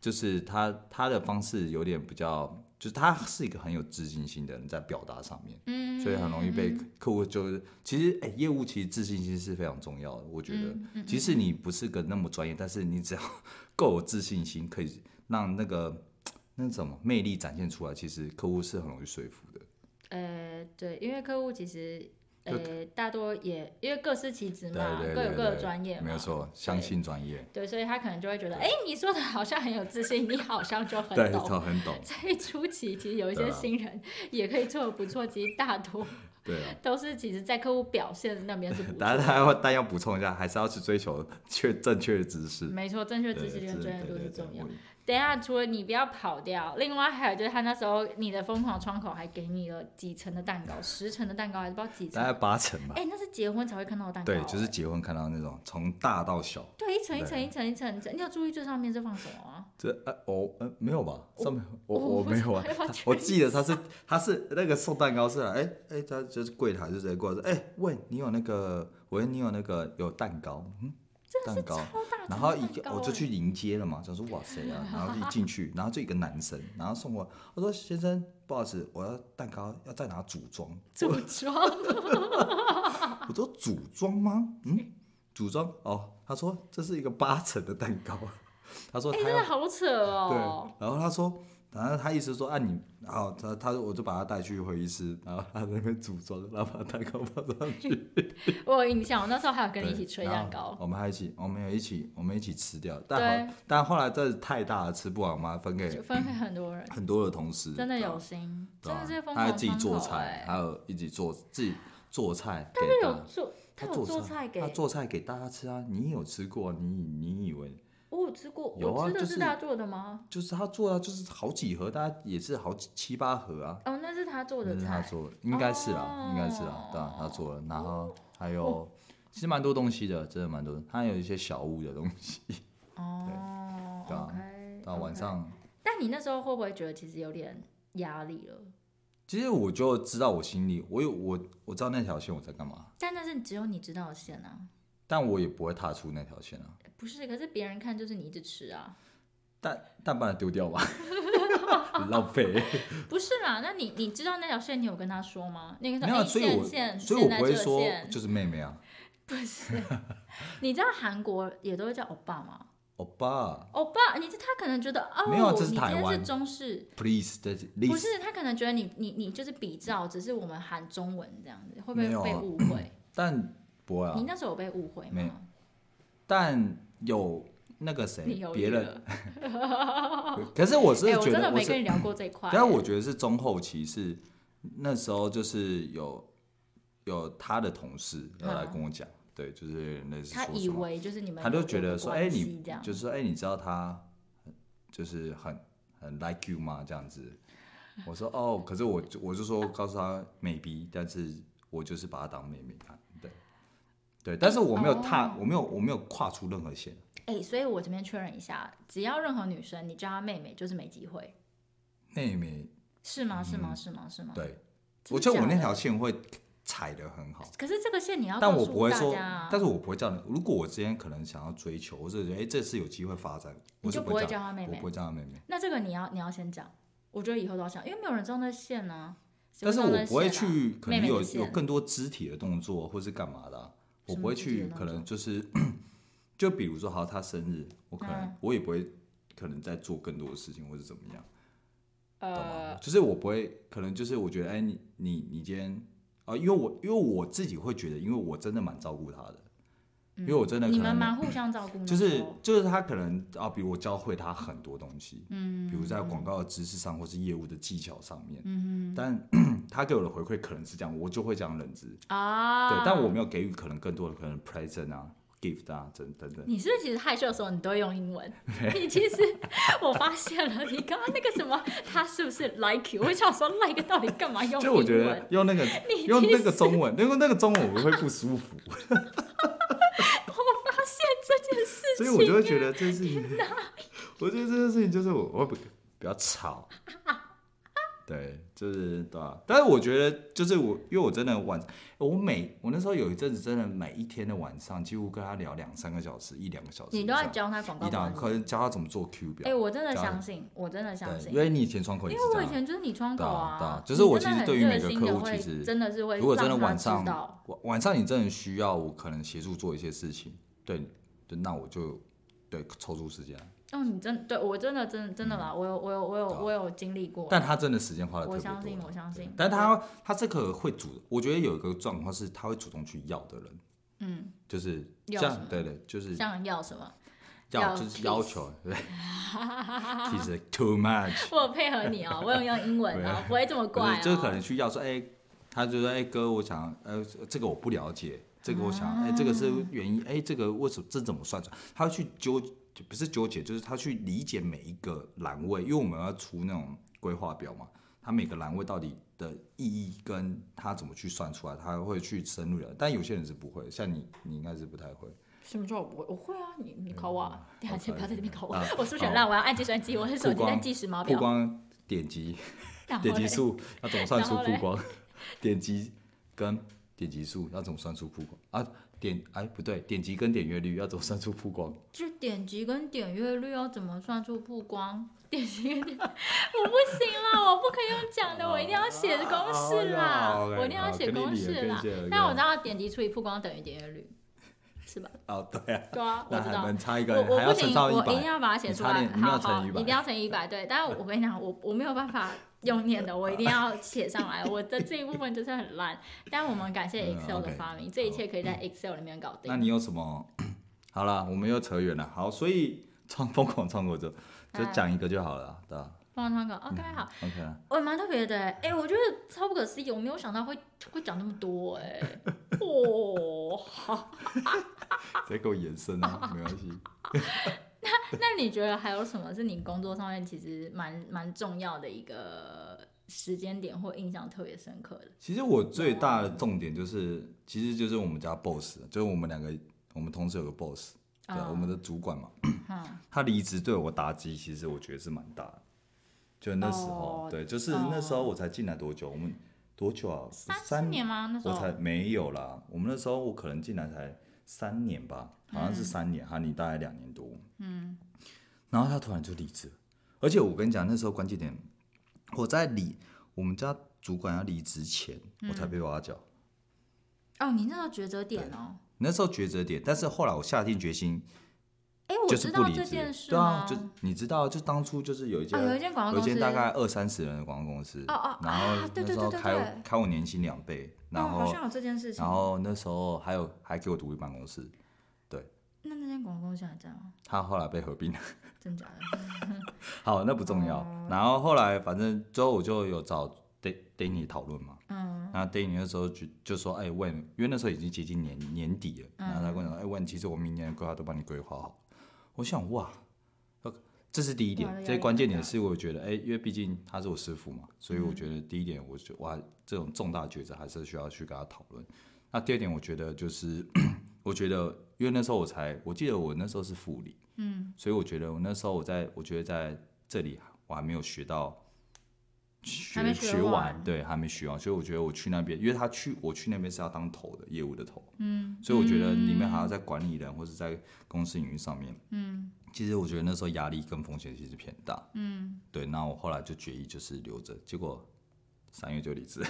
S1: 就是他他的方式有点比较，就是他是一个很有自信心的人在表达上面，
S2: 嗯，
S1: 所以很容易被客户就是，其实哎、业务其实自信心是非常重要的，我觉得。
S2: 嗯嗯
S1: 即使你不是个那么专业，但是你只要 够有自信心，可以让那个那什么魅力展现出来，其实客户是很容易说服的。
S2: 呃，对，因为客户其实
S1: 就
S2: 呃大多也因为各司其职嘛，
S1: 对对
S2: 各
S1: 对
S2: 有各的
S1: 对
S2: 专业嘛，
S1: 没有错，相信专业，
S2: 对，所以他可能就会觉得，哎，你说的好像很有自信，你好像就
S1: 对，
S2: 很懂。
S1: 他很 懂，
S2: 所以初期其实有一些
S1: 对啊
S2: 新人也可以做的不错，其实大多
S1: 对啊。
S2: 都是其实在客户表现那边是不错
S1: 但
S2: 的。
S1: 但要但要补充一下，还是要去追求确正确的知识，
S2: 嗯没错，正确
S1: 对
S2: 知识跟
S1: 对
S2: 专业度
S1: 对
S2: 是
S1: 对
S2: 重要
S1: 我。
S2: 等一下，除了你不要跑掉，另外还有就是他那时候你的疯狂窗口还给你了几层的蛋糕，十层的蛋糕还是不知道几层
S1: 大，概八成吧。
S2: 哎、那是结婚才会看到的蛋糕、啊
S1: 对，就是结婚看到那种从大到小，
S2: 对，一层一层一层一层一层，你要注意最上面是放什么啊？
S1: 这呃哦呃没有吧？上面我
S2: 我
S1: 我
S2: 不
S1: 没
S2: 知
S1: 有啊
S2: 道要，
S1: 我
S2: 确
S1: 记得他是他是那个送蛋糕是来，哎哎他就是柜台就直接过来说，哎喂你有那个喂你有那个有蛋糕，嗯，蛋糕。
S2: 超大层的蛋糕、
S1: 然后一个我就
S2: 哎
S1: 去迎接了嘛，想说哇塞啊，然后一进去，然后就一个男生，然后送我，我说先生不好意思，我要蛋糕要在哪组装？
S2: 组啊装，
S1: 我说组装吗？嗯，组装哦。他说这是一个八层的蛋糕， 他说
S2: 哎、
S1: 他
S2: 真
S1: 要、
S2: 的好扯哦。
S1: 对，然后他说，然后他意思说啊你，然后他他我就把他带去会议室，然后他在那边组装，然后把蛋糕放上去，
S2: 我有印象，我那时候还有跟你一起
S1: 对
S2: 吹
S1: 然
S2: 蛋
S1: 后
S2: 糕。
S1: 我们还一起，我们有一起，我们一起吃掉，
S2: 对
S1: 但好但后来真的太大了，吃不完嘛，分
S2: 就
S1: 给
S2: 分给很多人，
S1: 很多的同事，
S2: 真的
S1: 对啊
S2: 有，心，
S1: 对
S2: 真
S1: 啊
S2: 的是疯
S1: 他还
S2: 狂
S1: 自己做
S2: 窗口
S1: 菜，
S2: 欸
S1: 还有一起做自己做菜给
S2: 他
S1: 大
S2: 有
S1: 家。
S2: 做，他有
S1: 做
S2: 做菜给
S1: 他做菜给大家吃啊！你有吃过啊？你你以为
S2: 我有吃过，
S1: 有
S2: 我
S1: 啊
S2: 吃的
S1: 就是是
S2: 他做的吗？
S1: 就是他做啊，就是好几盒，大家也是好几七八盒啊。
S2: 哦，那是他做
S1: 那
S2: 的
S1: 是他
S2: 菜，哦
S1: 做的，应该是啦，应该是啦，对啊，他做了，然后还有其实蛮多东西的，真的蛮多的，他有一些小物的东西，
S2: 哦
S1: 对啊
S2: ，OK，
S1: 到晚。上。
S2: 但你那时候会不会觉得其实有点压力了？
S1: 其实我就知道我心里，我有我我知道那条线我在干嘛，
S2: 但那是只有你知道的线啊，
S1: 但我也不会踏出那条线啊。
S2: 不是？可是别人看就是你一直吃啊，
S1: 但但把它丢掉吧， 很浪费。
S2: 不是啦？那你你知道那条线，你有跟他说吗？你跟他
S1: 没有
S2: 说
S1: 啊，
S2: 哎
S1: 所以
S2: 线
S1: 我
S2: 线，
S1: 所以
S2: 线
S1: 我
S2: 在
S1: 不会
S2: 这
S1: 说
S2: 线
S1: 就是妹妹啊，
S2: 不是，你知道韩国也都会叫欧巴吗？
S1: 欧巴
S2: 欧巴，你这他可能觉得哦，
S1: 没有啊这是
S2: 你今
S1: 台
S2: 天
S1: 湾
S2: 是中式，
S1: ，please，这是 please，
S2: 不是他可能觉得你你你就是比照，只是我们喊中文这样子，会不
S1: 没有
S2: 会
S1: 啊
S2: 被误会？
S1: 但不会啊
S2: 你，那时候有被误会
S1: 没
S2: 吗？
S1: 但有那个
S2: 你
S1: 谁
S2: 犹豫
S1: 别人，
S2: 了？
S1: 可是我是
S2: 哎，我
S1: 觉
S2: 真的
S1: 得我
S2: 没
S1: 是
S2: 跟，你聊过这一 块。哎
S1: 但我觉得是中后期是那时候就是有有他的同事要来
S2: 嗯
S1: 跟我讲，对，就是类似
S2: 他
S1: 说
S2: 以
S1: 什么，
S2: 为就是你们
S1: 他就
S2: 有
S1: 觉得
S2: 有
S1: 说，
S2: 关
S1: 哎，
S2: 系
S1: 你
S2: 这样
S1: 就是说，哎，你知道他就是很很 like you 吗？这样子，我说哦，可是我就我就说告诉他 maybe，但是我就是把他当妹妹看，对对，但是我没有踏，
S2: 哦
S1: 我没有我没有跨出任何线，
S2: 哎，所以我这边确认一下，只要任何女生你叫她妹妹，就是没机会，
S1: 妹妹，
S2: 是吗？是吗？是吗？是吗？
S1: 嗯对
S2: 啊真的
S1: 我觉得我
S2: 假
S1: 那
S2: 的
S1: 条线会踩得很好。
S2: 可是这个线你要
S1: 但
S2: 告
S1: 我
S2: 诉
S1: 不会
S2: 大
S1: 说
S2: 家啊，
S1: 但是我不会叫你。如果我之前可能想要追求，或者觉得哎、这次有机会发展，
S2: 你
S1: 我
S2: 就是不
S1: 会
S2: 会
S1: 叫
S2: 叫她妹
S1: 我
S2: 妹
S1: 不。会叫她妹妹。
S2: 那这个你要你要先讲，我觉得以后都要讲，因为没有人知道那线呢、啊。谁
S1: 但是
S2: 知道
S1: 我
S2: 那
S1: 不会
S2: 线啊
S1: 去，可能
S2: 妹妹
S1: 有
S2: 的线
S1: 有更多肢体的动作或是干嘛的啊、我
S2: 什
S1: 不
S2: 么
S1: 会
S2: 肢体的
S1: 去，
S2: 动
S1: 可能
S2: 作
S1: 就是 就比如说，好，他生日，我可能、
S2: 嗯
S1: 我也不会，可能在做更多的事情或是怎么样，懂吗
S2: 呃？，
S1: 就是我不会，可能就是我觉得，哎，你你你今天啊、因为我因为我自己会觉得，因为我真的蛮照顾他的，因为我真的啊可
S2: 嗯你们
S1: 能
S2: 蛮互相照顾的时
S1: 就
S2: 候，
S1: 是就是他可能啊，比如我教会他很多东西，嗯，比如在广告的知识上或是业务的技巧上面，嗯，但 他给我的回馈可能是这样，我就会这样认知，
S2: 啊，
S1: 对，但我没有给予可能更多的可能 present 啊、gift 啊等等等，
S2: 你是不是其实害羞的时候你都会用英文？你其实我发现了，你刚刚那个什么，他是不是 like you？我想说 like 到底干嘛用英文？
S1: 就我觉得用那个
S2: 你
S1: 用
S2: 其
S1: 那个中文，用那个中文我会不舒 服，
S2: 我发现这件事
S1: 所
S2: 情，
S1: 以我就会觉得这件事情， 我觉得这件事情就是我我会比比较吵， 对，就是对吧、啊但是我觉得就是我，因为我真的晚，我每我那时候有一阵子真的每一天的晚上几乎跟他聊两三个小时，一两个小时以
S2: 你
S1: 上，
S2: 都在教他广告
S1: 一堂
S2: 管
S1: 课
S2: 理。
S1: 教他怎么做 Q
S2: 哎、
S1: 表，
S2: 我真的
S1: 教他
S2: 相信，我真的相
S1: 对，
S2: 信
S1: 因。为你以前窗口也
S2: 因
S1: 是
S2: 为
S1: 这
S2: 我以
S1: 样。
S2: 前就是你窗口
S1: 对啊对啊
S2: 你
S1: 就是我
S2: 真的
S1: 其实
S2: 很
S1: 对于每
S2: 热
S1: 个
S2: 心
S1: 客
S2: 地
S1: 户
S2: 会
S1: 其实
S2: 真的是会，
S1: 如果真的晚上
S2: 知道，
S1: 晚晚上你真的需要我可能协助做一些事情，对，对，那我就对抽出时间来，
S2: 哦，你真对我真的真的真的啦，我有我有我有
S1: 嗯对啊
S2: 我有经历过，
S1: 但他真的时间花的特
S2: 我
S1: 别多。
S2: 相信我相信，
S1: 但他他这个会主，我觉得有一个状况是他会主动去要的人，
S2: 嗯，
S1: 就是这
S2: 要什
S1: 样
S2: 么，
S1: 对对，就是
S2: 像要什么，
S1: 要
S2: 要
S1: 就是要求，对，kiss too much，
S2: 我有配合你哦，我有用英 文
S1: 对
S2: 哦，不会这么
S1: 不
S2: 怪
S1: 是就是可
S2: 哦，
S1: 能去要说，哎，他就说，哎哥，我想，呃，这个我
S2: 啊
S1: 不了解，这个我想，哎，这个是原因，哎，这个为什么这怎么算出来？他会去纠就不是纠结，就是他去理解每一个栏位，因为我们要出那种规划表嘛，它每个栏位到底的意义跟它怎么去算出来，他会去深入了。但有些人是不会，像你，你应该是不太会。
S2: 什么时候我不会？我会啊，你你考我啊！等一下
S1: 嗯好
S2: 先不要在这边 考我
S1: 啊，
S2: 我数学很烂，我要按计算机，我是
S1: 曝
S2: 手机在
S1: 光
S2: 计时码
S1: 曝
S2: 表。
S1: 光点击
S2: 然后
S1: 点击
S2: 嘞
S1: 数要怎么算出
S2: 然后
S1: 曝
S2: 嘞
S1: 光？ 点击跟点击数要怎么算出曝光啊？点哎不对，点击跟点阅率要怎么算出曝光？
S2: 就点击跟点阅率要怎么算出曝光？点击跟点， 我不行啦，我不可以用讲的，我一定要写公式啦，
S1: 哦
S2: 我一定要写公式啦。但我
S1: 哦
S2: 知。道点击除以曝光等于点阅率，是吧？
S1: 哦，对啊，
S2: 对啊，我
S1: 那
S2: 知
S1: 还
S2: 道。
S1: 能差一个，
S2: 我我
S1: 还要
S2: 不
S1: 乘
S2: 行，
S1: 上一
S2: 我一定
S1: 百。
S2: 要把它写出
S1: 你差
S2: 来
S1: 点，你没有
S2: 好
S1: 乘
S2: 好，
S1: 以
S2: 一
S1: 100
S2: 定要乘以一百对。但是我跟你讲，我我没有办法用念的，我一定要写上来。我的这一部分就是很烂，但我们感谢
S1: 嗯
S2: Excel 的
S1: OK，嗯
S2: 发明，这一切可以在 Excel 里面搞定
S1: 那。你有什么？ 好了，我们又扯远了。好，所以创疯狂创作者就讲一个就好了啊，对吧
S2: 帮我唱歌，OK，好，
S1: ？OK 啊。
S2: 我蛮特别的、欸，哎、我觉得超不可思议，我没有想到会会讲那么多、欸，哎，哦，好，
S1: 直接给我延伸啊，没关系。
S2: 那你觉得还有什么是你工作上面其实蛮蛮重要的一个时间点或印象特别深刻的？
S1: 其实我最大的重点就是，其实就是我们家 boss，就是我们两个，我们同事有个 boss，对啊，
S2: 哦
S1: 我们的主管嘛，
S2: 嗯
S1: 他离职对我打击，其实我觉得是蛮大的。就那时候，
S2: 哦
S1: 对，就是
S2: 哦
S1: 那时候我才进来多久？我们多久啊？
S2: 三四年吗？那时
S1: 我
S2: 候
S1: 才没有啦，我们那时候我可能进来才三年吧，好像是三
S2: 嗯
S1: 年，哈、你大概两年多，嗯，然后他突然就离职了，而且我跟你讲，那时候关键点，我在离我们家主管要离职前，
S2: 嗯
S1: 我才被挖角，
S2: 哦，你那时候抉择点哦，
S1: 那时候抉择点，但是后来我下定决心
S2: 哎、我
S1: 就是
S2: 知
S1: 不
S2: 道
S1: 离
S2: 这
S1: 职
S2: 件，事
S1: 对啊
S2: 吗？，
S1: 就你知道，就当初就是有一家
S2: 哦，有一间广告
S1: 有一
S2: 公
S1: 间
S2: 司，
S1: 大概二三十人的广告公司，
S2: 哦哦
S1: 然后
S2: 啊对
S1: 那时候
S2: 对对对
S1: 开我
S2: 对
S1: 开我年薪两倍，然
S2: 哦，
S1: 后、
S2: 好像有这件事情
S1: 然。后那时候还有还给我独立办公室，
S2: 那那间广告公司还在吗？
S1: 他后来被合并了。
S2: 真假的？
S1: 好，那不重要。
S2: 哦
S1: 然后后来反正之后我就有找 Dan Danny 讨论嘛，
S2: 嗯，
S1: 那 Danny 那时候就就说，哎、问，因为那时候已经接近年年底了，然后他跟我讲，哎、
S2: 嗯
S1: 问，其实我明年的规划都帮你规划好。我想，哇，呃这是第一
S2: 哇
S1: 点，
S2: 那
S1: 这
S2: 压力
S1: 关键
S2: 很
S1: 点
S2: 大嗯
S1: 是我觉得，哎、因为毕竟他是我师傅嘛，所以我觉得第一点，我觉哇，这种重大抉择还是需要去跟他讨论。那第二点，我觉得就是， 我觉得因为那时候我才，我记得我那时候是副理，嗯，所以我觉得我那时候我在，我觉得在这里我还没有学到。学
S2: 还没学
S1: 学
S2: 完
S1: 对，还没学完，所以我觉得我去那边，因为他去我去那边是要当头的业务的头，嗯，所以我觉得里面还要在管理人或是在公司营运上面，嗯，其实我觉得那时候压力跟风险其实偏大，嗯，对，那我后来就决议就是留着，结果三月就离职，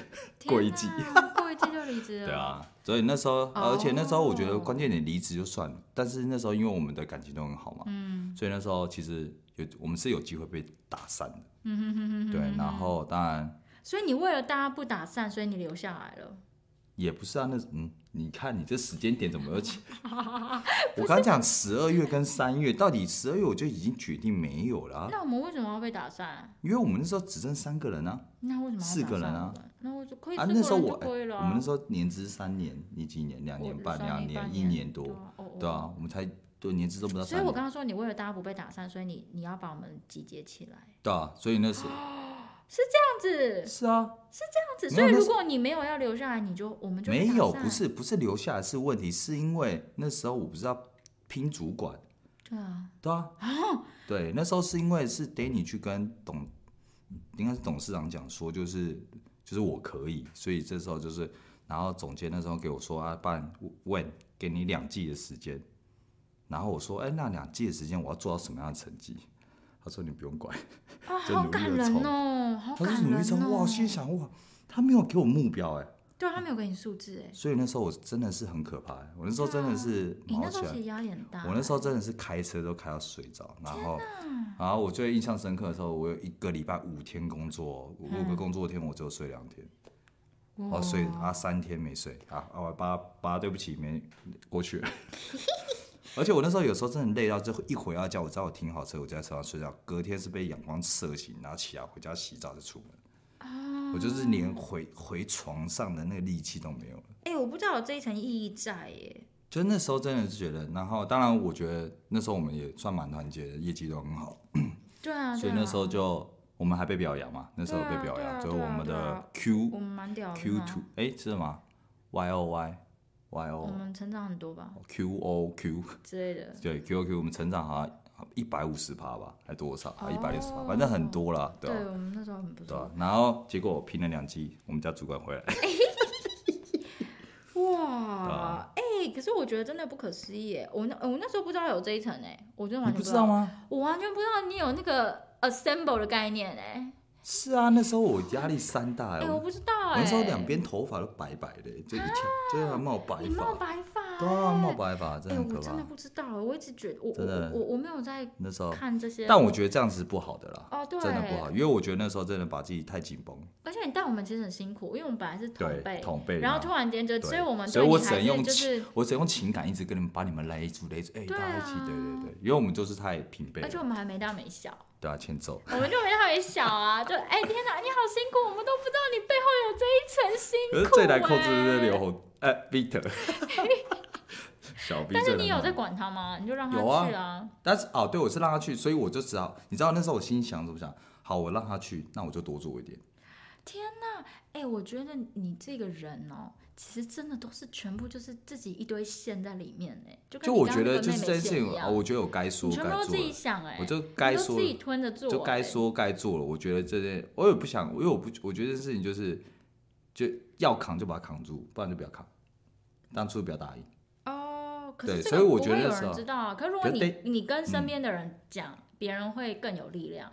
S1: 过一季
S2: 天哪， 过一季就离职了。
S1: 对啊，所以那时候，而且那时候我觉得
S2: 哦
S1: 关键点离职就算了，但是那时候因为我们的感情都很好嘛，嗯，所以那时候其实有我们是有机会被打散的，嗯哼哼哼对，然后当然。
S2: 所以你为了大家不打散，所以你留下来了。
S1: 也不是啊，那嗯，你看你这时间点怎么而 且，我刚讲十二月跟三月，到底十二月我就已经决定没有了啊、
S2: 那我们为什么要被打散？
S1: 因为我们那时候只剩三个人啊，
S2: 那为什么要打散
S1: 四个人啊
S2: 我们？那我就可以
S1: 啊
S2: 四个
S1: 那时候
S2: 人
S1: 我
S2: 就可以了、
S1: 我们那时候年资三年，你几年？两年
S2: 我
S1: 半、
S2: 三
S1: 两
S2: 年半
S1: 一
S2: 年
S1: 年多，
S2: 对啊哦哦
S1: 对啊，我们才对年资都不到
S2: 所
S1: 三
S2: 以我
S1: 年，
S2: 刚刚说，你为了大家不被打散，所以你你要把我们集结起来，
S1: 对啊，所以那时
S2: 这样子，
S1: 是啊，
S2: 这样子。
S1: 没有
S2: 所以
S1: 那
S2: 如
S1: 是
S2: 果你没有要留下来，你就我们就被
S1: 没
S2: 打
S1: 有，
S2: 散
S1: 不，是不是留下来是问题，是因为那时候我不是要拼主管，
S2: 对啊，
S1: 对啊， 对，那时候是因为是 Danny 去跟董，应该是董事长讲说，就是就是我可以，所以这时候就是，然后总监那时候给我说啊，不然问给你两季的时间，然后我说，哎、那两季的时间我要做到什么样的成绩？他说你不用管，
S2: 啊，
S1: 就
S2: 好
S1: 努力
S2: 感
S1: 地
S2: 人
S1: 冲
S2: 哦，好
S1: 他
S2: 感
S1: 说
S2: 人
S1: 努力冲，哇，
S2: 哦
S1: 我。心想哇，他没有给我目标哎、
S2: 对啊，他没有给你数字哎，
S1: 所以那时候我真的是很可怕、哎我那时候真的是
S2: 你
S1: 毛
S2: 啊那时啊
S1: 起
S2: 候
S1: 来
S2: 其。实压力很大。
S1: 我那时候真的是开车都开到睡着，然后，然后我最印象深刻的时候，我有一个礼拜五天工作，我有个工作天我只有睡两天，我睡啊三天没睡啊啊我爸爸对不起没过去了，而且我那时候有时候真的累到，就一回到家，我知道我停好车，我就在车上睡觉，隔天是被阳光射醒，然后起来回家洗澡就出门，我就是连回回床上的那个力气都没有了。
S2: 哎、我不知道有这一层意义在耶。
S1: 就那时候真的是觉得，然后当然我觉得那时候我们也算蛮团结的，业绩都很好，
S2: 对啊，
S1: 所以
S2: 对啊
S1: 那时候就我们还被表扬嘛，那时候有被表
S2: 对啊对啊
S1: 扬，就
S2: 对
S1: 我
S2: 啊
S1: 们
S2: 对啊
S1: 的 Q
S2: 我们啊蛮屌的
S1: Q
S2: 嘛
S1: two 哎是吗？Y O Y Y
S2: 我
S1: O
S2: 们成长很多吧
S1: Q O Q
S2: 之类的。
S1: 对啊 Q O Q 我们成长好像一百五十趴吧，还多少？一百六十趴
S2: 哦，
S1: 反正很多啦，对
S2: 对
S1: 啊
S2: 我们那时候很不
S1: 对啊
S2: 错。。
S1: 然后结果我拼了两季，我们家主管回来，啊
S2: 哇，哎、可是我觉得真的不可思议耶！我那我那时候不知道有这一层哎，我真
S1: 你
S2: 的完全
S1: 不
S2: 知
S1: 知道吗？
S2: 我完全不知道你有那个 assemble 的概念哎，
S1: 是啊，那时候我压力山大、
S2: 哎、
S1: 欸，
S2: 我
S1: 我
S2: 不知道
S1: 我
S2: 哎。
S1: 那时候两边头发都白白的、欸，这一翘，这还冒白
S2: 你哦冒
S1: 发，
S2: 白发哎，
S1: 对啊，冒白发，真
S2: 哎、
S1: 的很
S2: 我
S1: 可
S2: 真的
S1: 怕。
S2: 不知道，我一直觉得我
S1: 真
S2: 我
S1: 的
S2: 我我没有在
S1: 那时候，
S2: 看这些，
S1: 但我觉得这样子是不好的啦，
S2: 哦对，
S1: 真的不好，因为我觉得那时候真的把自己太紧绷，
S2: 而且你带我们其实很辛苦，因为我们本来是同
S1: 对，
S2: 辈，
S1: 同辈，
S2: 然后突然间就，
S1: 对
S2: 所以我们
S1: 所以
S2: 对
S1: 我
S2: 你
S1: 只
S2: 还
S1: 能用
S2: 是就是，
S1: 我只能用情感一直跟你们把你们勒住勒住，哎、
S2: 对
S1: 大家一起，
S2: 啊
S1: 对对对，因为我们就是太平辈
S2: 而且
S1: 了，
S2: 我们还没大没小。
S1: 对啊，欠揍。
S2: 我们就没他也小啊，就哎、天哪，你好辛苦，我们都不知道你背后有这一层辛苦、
S1: 可
S2: 欸。
S1: 是最难控制的是刘红，呃、v i c t o r 小 B
S2: 哎但
S1: 最难控
S2: 是
S1: 制。
S2: 你有在管他吗？你就让他
S1: 有啊
S2: 去啊。
S1: 但是哦，对，我是让他去，所以我就只好，你知道那时候我心想怎么想？好，我让他去，那我就多做一点。
S2: 天哪，哎、我觉得你这个人哦、其实真的都是全部就是自己一堆线在里面哎、就跟
S1: 就
S2: 你
S1: 我
S2: 刚
S1: 觉
S2: 刚那
S1: 得
S2: 个
S1: 就是
S2: 妹
S1: 这
S2: 妹
S1: 件事
S2: 线
S1: 情啊，
S2: 一样
S1: 我觉得我该说
S2: 你全部
S1: 该
S2: 都
S1: 做
S2: 自己
S1: 了，
S2: 想哎、
S1: 我就
S2: 你
S1: 该
S2: 都
S1: 说
S2: 自己吞着做、
S1: 就该
S2: 哎。
S1: 说该做了。我觉得这件我也不想，因为我不，我觉得这件事情就是就要扛就把它扛住，不然就不要扛。当初不要答应，
S2: 哦，可是
S1: 对
S2: 这个
S1: 所以我
S2: 不
S1: 觉得
S2: 会有
S1: 那时
S2: 人
S1: 候
S2: 知道啊。可是如果
S1: 可是
S2: 你
S1: 得嗯
S2: 你跟身边的人讲，别、人会更有力量。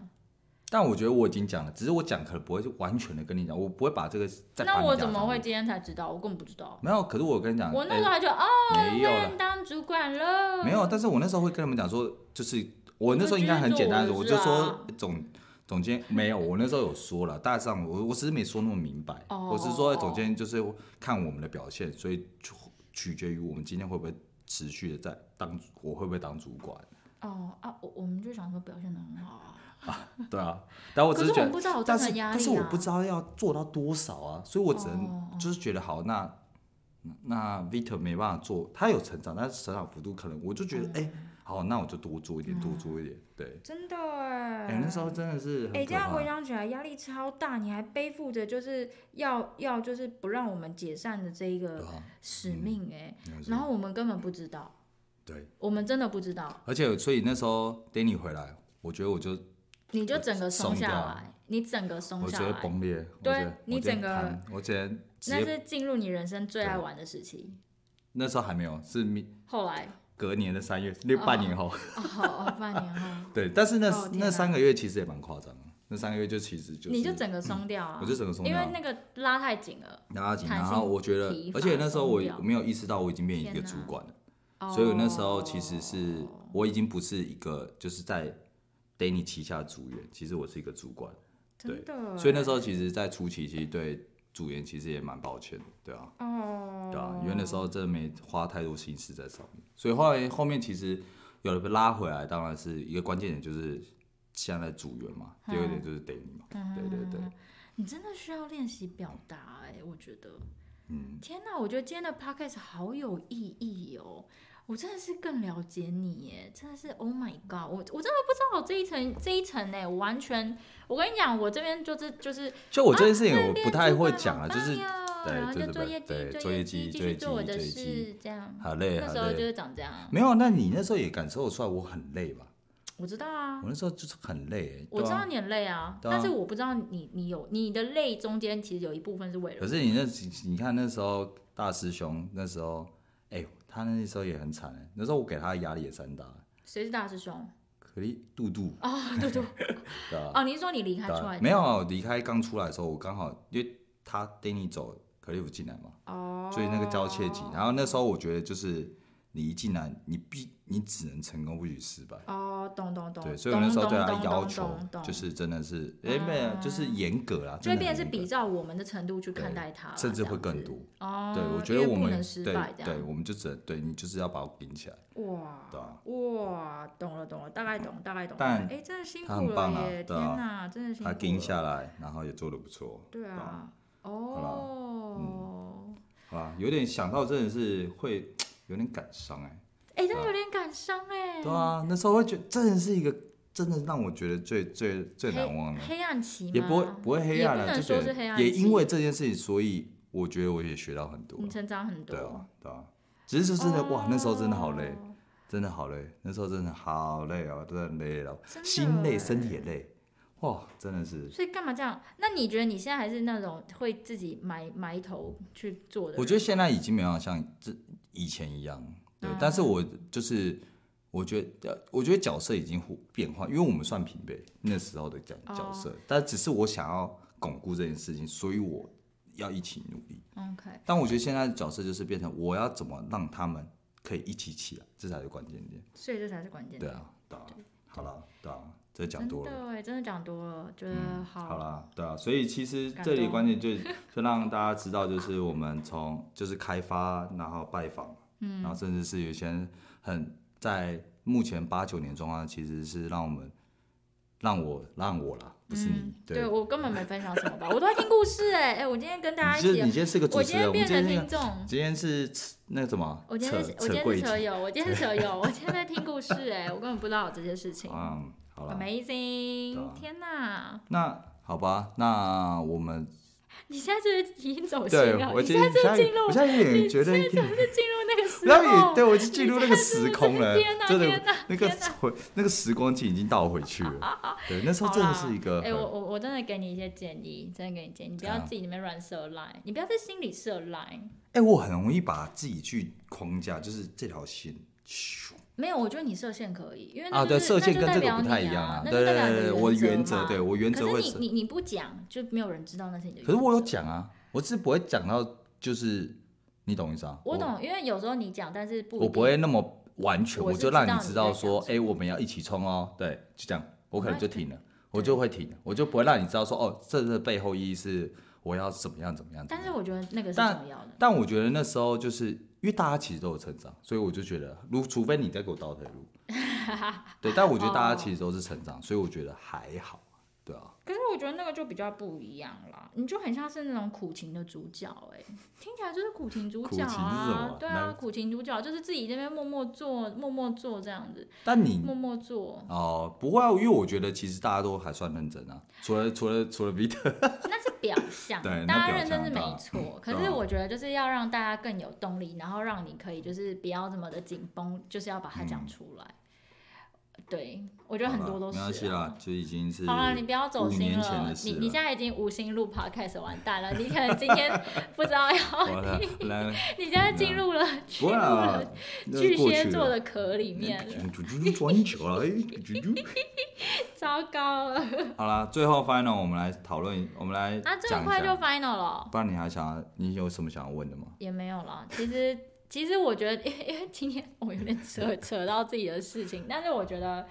S1: 但我觉得我已经讲了，只是我讲可能不会就完全的跟你讲，我不会把这个再把
S2: 那
S1: 你
S2: 我
S1: 压
S2: 怎么
S1: 上
S2: 会
S1: 去？
S2: 今天才知道？我根本不知道。
S1: 没有，可是我跟你讲，
S2: 我那
S1: 哎
S2: 时候还觉得、哦。
S1: 没有了
S2: 人，当主管了。
S1: 没有，但是我那时候会跟他们讲说，就是我那时候应该很简单，
S2: 我
S1: 我
S2: 就
S1: 就
S2: 觉得我是啊
S1: 说总总监没有，我那时候有说了，大致上我我只是没说那么明白，
S2: 哦
S1: 我是说总监就是看我们的表现，所以取取决于我们今天会不会持续的在当，我会不会当主管，
S2: 哦啊，我我们就想说表现的很好啊，
S1: 对啊，但我只
S2: 可是我
S1: 觉
S2: 们
S1: 得。
S2: 不知道有这
S1: 但
S2: 样
S1: 是
S2: 的压力啊。
S1: 但是我不知道要做到多少啊，所以我只
S2: 哦
S1: 能就是觉得好，那那 Vito 没办法做，他有成长，但是成长幅度可能我就
S2: 嗯
S1: 觉得哎、好，那我就多做一点，多做一点，对。
S2: 真的哎、
S1: 哎、那时候真的是
S2: 哎、
S1: 很
S2: 这
S1: 可
S2: 样
S1: 怕。
S2: 回想起来压力超大，你还背负着就是要要就是不让我们解散的这一
S1: 对
S2: 个
S1: 啊
S2: 使命哎、
S1: 了解
S2: 然后我们根本不知道，
S1: 对，
S2: 我们真的不知道，
S1: 而且所以那时候 Danny 回来，我觉得我就
S2: 你就整个松
S1: 松
S2: 下
S1: 掉
S2: 来，你整个松
S1: 我直
S2: 下
S1: 接
S2: 来，
S1: 崩裂，我
S2: 对
S1: 直接
S2: 你
S1: 我直接
S2: 整个
S1: 瘫我直接
S2: 那
S1: 直接
S2: 是进入你人生最爱
S1: 对
S2: 玩的时期。
S1: 那时候还没有，是明
S2: 后来，
S1: 隔年的三月，那
S2: 哦
S1: 半年 后，
S2: 哦，好哦，半年后，
S1: 对，但是那、
S2: 哦天哪
S1: 那三个月其实也蛮夸张的，那三个月就其实 就是嗯
S2: 你就整个松掉啊，
S1: 我就整个松
S2: 因
S1: 掉
S2: 为
S1: 啊，
S2: 那个拉太紧了。
S1: 拉紧，
S2: 弹
S1: 然
S2: 性
S1: 后我觉得
S2: 疲，
S1: 而
S2: 乏
S1: 且那时候我
S2: 松掉
S1: 我没有意识到我已经变成一个
S2: 天
S1: 主
S2: 哪
S1: 管了。
S2: 哦
S1: 所以我那时候其实是我已经不是一个就是在 Danny 旗下的组员，其实我是一个主管，
S2: 真的，
S1: 所以那时候其实，在初期其实对组员其实也蛮抱歉的，对啊，
S2: 哦，
S1: 对啊，因为那时候真的没花太多心思在上面，所以后来后面其实有了被拉回来，当然是一个关键点就是现在的组员嘛，第二点就是 Danny 嘛，
S2: 嗯
S1: 对对对，
S2: 你真的需要练习表达哎、我觉得，
S1: 嗯，
S2: 天哪，我觉得今天的 podcast 好有意义哦。我真的是更了解你耶，真的是 Oh my God！我我真的不知道有这一层这一层哎，我完全，我跟你讲，我这边就是就是
S1: 就我这件事情
S2: 啊
S1: 哎我不太会讲啊，
S2: 那
S1: 就
S2: 边
S1: 是
S2: 主管好棒哟
S1: 对
S2: 然后
S1: 就
S2: 就是做业绩，
S1: 对
S2: 做
S1: 做
S2: 业
S1: 业绩
S2: 继
S1: 做
S2: 续
S1: 业
S2: 做我
S1: 绩
S2: 的
S1: 做业绩
S2: 事，这样。
S1: 好累
S2: 那
S1: 好
S2: 时候就
S1: 累。
S2: 是长这样，
S1: 没有，啊那你那时候也感受得出来我很累吧？
S2: 我知道啊
S1: 我，那时候就是很累、欸，
S2: 我知
S1: 对
S2: 道
S1: 啊。
S2: 你很累啊，
S1: 对啊
S2: 但是我不知道你你有你的累中间其实有一部分是为了
S1: 可是你那，你看那时候大师兄那时候，哎、他那时候也很惨、欸，那时候我给他的压力也山大、欸
S2: 谁是大师兄
S1: 可是杜杜
S2: 哦，对对
S1: 对吧、
S2: 哦，你是说你离开
S1: 对
S2: 出
S1: 啊
S2: 来
S1: 没有离开刚出来的时候，我刚好因为他 Danny 走，可丽芙进来嘛，
S2: 哦，
S1: 所以那个交切期。然后那时候我觉得就是你一进来，你必你只能成功不许失败。
S2: 哦，懂懂懂，
S1: 对，所以我那时候对他
S2: 咚
S1: 要求
S2: 咚咚
S1: 就是真的是，哎、没有，就是严格啦，
S2: 就会
S1: 真的
S2: 啊变
S1: 很
S2: 成是
S1: 严格
S2: 比照我们的程度去
S1: 对
S2: 看待它啦，
S1: 甚至会
S2: 这样
S1: 更
S2: 子
S1: 多。
S2: 哦。
S1: 对，我觉
S2: 因
S1: 得
S2: 为
S1: 我
S2: 不
S1: 们
S2: 能失
S1: 对
S2: 败这
S1: 对，
S2: 样。
S1: 我们就只能对你就是要把我顶起来。
S2: 哇
S1: 对啊
S2: 哇，懂了懂了，大概懂大概懂了。
S1: 但
S2: 哎，真的辛
S1: 他
S2: 苦
S1: 很棒啊
S2: 了耶！
S1: 对
S2: 天
S1: 啊
S2: 哪，真的辛苦
S1: 他
S2: 了。
S1: 盯下来，然后也做的不错，
S2: 对
S1: 对啊
S2: 啊，哦，
S1: 嗯好吧？有点想到真的是会，有点感伤哎、
S2: 哎、真的有点感伤哎、
S1: 对啊，那时候会觉得真的是一个，真的让我觉得最最最难忘的，
S2: 黑黑暗期吗？
S1: 也不会不会黑暗
S2: 也不
S1: 了，
S2: 能
S1: 就觉
S2: 说是黑暗
S1: 得
S2: 期
S1: 也因为这件事情，所以我觉得我也学到很多
S2: 你，成长很多。
S1: 对啊对啊，只是就真的、哇，那时候真的好累
S2: 哦，，
S1: 真的好累，那时候真的好累哦，真的累了，
S2: 真的
S1: 心累
S2: 欸
S1: 身体也累，哇，真的是，
S2: 所以干嘛这样？那你觉得你现在还是那种会自己埋埋头去做的人？
S1: 我觉得现在已经没有像这以前一样，对，但是我就是。我觉得，呃我觉得角色已经互变化，因为我们算平辈那时候的角角色，但只是我想要巩固这件事情，所以我要一起努力。
S2: OK，
S1: 但我觉得现在的角色就是变成我要怎么让他们可以一起起来，这才是关键点。
S2: 所以这才是关键。
S1: 对，啊，对啊，好啦，对啊，这讲多了
S2: 真。的哎，真的讲多了，觉得
S1: 嗯，
S2: 呃好。
S1: 好啦，对啊，所以其实
S2: 感
S1: 这里
S2: 动
S1: 关 键就就让大家知道，就是我们从就是开发，然后拜访，嗯，然后甚至是有些人很在目前八九年状况，其实是让我们让我让我啦，不是你，
S2: 嗯
S1: 对，
S2: 我根本没分享什么吧，我都在听故事哎、哎、我今天跟大
S1: 你
S2: 家一
S1: 就
S2: 起，
S1: 你今天是个主
S2: 我
S1: 持
S2: 今
S1: 人，
S2: 天
S1: 我们
S2: 变
S1: 今
S2: 成
S1: 天那
S2: 听
S1: 个
S2: 众。
S1: 今天是那个什么，
S2: 我今天是，
S1: 扯
S2: 我今
S1: 扯
S2: 天
S1: 柜
S2: 是
S1: 子
S2: 车，友，我 今天是车友，我今天在听故事、哎，我根本不知道有这些事情。
S1: 嗯，好啦，对
S2: Amazing！
S1: 啊
S2: 天哪，
S1: 那好吧，那我们
S2: 你现在是不是已经走心
S1: 对
S2: 了，
S1: 我
S2: 你
S1: 今
S2: 现在
S1: 天
S2: 是不
S1: 现
S2: 是进
S1: 在
S2: 入，
S1: 我现在有点觉得有点。
S2: 是进入那个时
S1: 然后
S2: 候
S1: 也。对我就进入那个时空了
S2: 哦你现在，是
S1: 真
S2: 不
S1: 的
S2: 是 天哪
S1: 那个
S2: 天哪
S1: 回那个时光机已经倒回去了。对，那时候
S2: 好
S1: 真的
S2: 啦
S1: 是一个
S2: 哎、我
S1: 很啊
S2: 我我真的给你一些建议，真的给你建议，你不要
S1: 怎样
S2: 自己那边乱设 line，你不要在心里设 line。
S1: 哎，我很容易把自己去框架，就是这条线。咻
S2: 没有，我觉得你设限可以，因为那
S1: 啊，对，
S2: 就是
S1: 射线
S2: 那就
S1: 跟
S2: 代
S1: 这个
S2: 表
S1: 不
S2: 你
S1: 太一样
S2: 啊，那
S1: 对
S2: 就代
S1: 对
S2: 表
S1: 对
S2: 你
S1: 对，
S2: 的
S1: 我原
S2: 则
S1: 则，
S2: 嘛
S1: 对我原则
S2: 可
S1: 会
S2: 是
S1: 是
S2: 你，你你不讲，就没有人知道那是你的原则。
S1: 可是我有讲啊，我只是不会讲到，就是你懂意思啊？
S2: 我，懂，因为有时候你讲，但是不一定
S1: 我不会那么完全，
S2: 我
S1: 我
S2: 是
S1: 就
S2: 知
S1: 让
S2: 道
S1: 你
S2: 你
S1: 知
S2: 在
S1: 道
S2: 讲
S1: 说，
S2: 什
S1: 哎，我们要一起冲哦，对，就这样，我可能就停了，我
S2: 对
S1: 就会停了，我就不会让你知道说，哦，这这背后意义是我要怎么样怎么样。怎么样
S2: 但是我觉得那个是
S1: 但
S2: 重要的。
S1: 但我觉得那时候就是因为大家其实都有成长，所以我就觉得，如除非你再给我倒退 路，对，但我觉得大家其实都是成
S2: 哦
S1: 长，所以我觉得还好，对啊，
S2: 可是我觉得那个就比较不一样啦，你就很像是那种苦情的主角哎、听起来就是苦情主
S1: 苦
S2: 角
S1: 情是什么
S2: 啊
S1: 啊，
S2: 对
S1: 那
S2: 啊，苦情主角就是自己这边默默做，默默做这样子，
S1: 但你。
S2: 默默做
S1: 哦、不会啊，因为我觉得其实大家都还算认真啊，除了除了除了彼得，
S2: 那是表象，
S1: 对那
S2: 大家
S1: 表
S2: 认真
S1: 象
S2: 是
S1: 对
S2: 没
S1: 啊
S2: 错。可
S1: 对
S2: 是
S1: 啊
S2: 我觉得就是要让大家更有动力，然后让你可以就是不要这么的紧绷，就是要把它讲出来。对，我觉得很
S1: 嗯好
S2: 多
S1: 啦
S2: 都是
S1: 没
S2: 啊、
S1: 关系啦，就已经是
S2: 好了，你不要走
S1: 五
S2: 心
S1: 年前
S2: 了
S1: 的，事
S2: 你
S1: 了
S2: 你现在已经无心录 podcast 完蛋了，你可能今天不知道要
S1: 完 了
S2: 听，
S1: 来，
S2: 你现在进入了
S1: 不
S2: 进
S1: 会
S2: 入
S1: 啊
S2: 了，
S1: 那
S2: 巨
S1: 过去
S2: 蟹座
S1: 了
S2: 的壳里面了，
S1: 啾啾啾转球了，哎啾 啾
S2: 糟糕了
S1: 啾好啦，最后 final 我们来讨论，我们来
S2: 啊！这
S1: 讲
S2: 么
S1: 一
S2: 快就
S1: 下，
S2: final 了哦，
S1: 不然你还想要你有什么想要问的吗？
S2: 也没有了。其实其实我觉得，因为因为今天我有点扯扯到自己的事情，但是我觉得。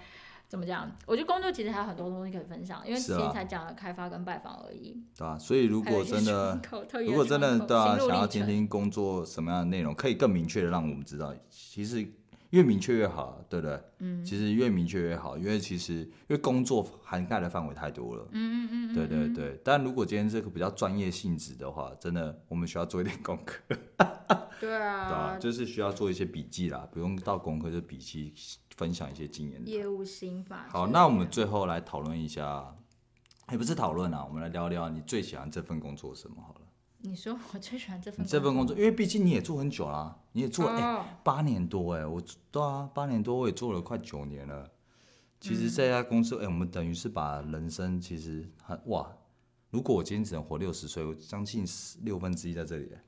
S2: 怎么讲？我觉得工作其实还有很多东西可以分享，因为
S1: 是
S2: 其
S1: 啊
S2: 实才讲了开发跟拜访而已。
S1: 对啊，所以如
S2: 还有
S1: 果
S2: 一些
S1: 真的
S2: 窗，口，特别
S1: 如果真的
S2: 窗口
S1: 对啊，
S2: 心路
S1: 想要
S2: 历
S1: 听
S2: 程
S1: 听工作什么样的内容，可以更明确的让我们知道。其实越明确越好，对不对？嗯，其实越明确越好，因为其实因为工作涵盖的范围太多了。
S2: 嗯嗯嗯嗯，
S1: 对对对，但如果今天这个比较专业性质的话，真的我们需要做一点功课，
S2: 对
S1: 对吧、
S2: 啊，
S1: 就是需要做一些笔记啦，不用到功课就笔记，分享一些经验。
S2: 业务心法之类的。
S1: 好，那我们最后来讨论一下，也不是讨论啊，我们来聊聊你最喜欢这份工作是什么好了。
S2: 你说我最喜欢这份
S1: 你这份工作，因为毕竟你也做很久啦、你也做哎
S2: 哦
S1: 八、年多哎、我对啊，八年多我也做了快九年了。其
S2: 嗯
S1: 实这家公司，哎、我们等于是把人生其实很哇，如果我今天只能活六十岁，我将近十六分之一在这里、哎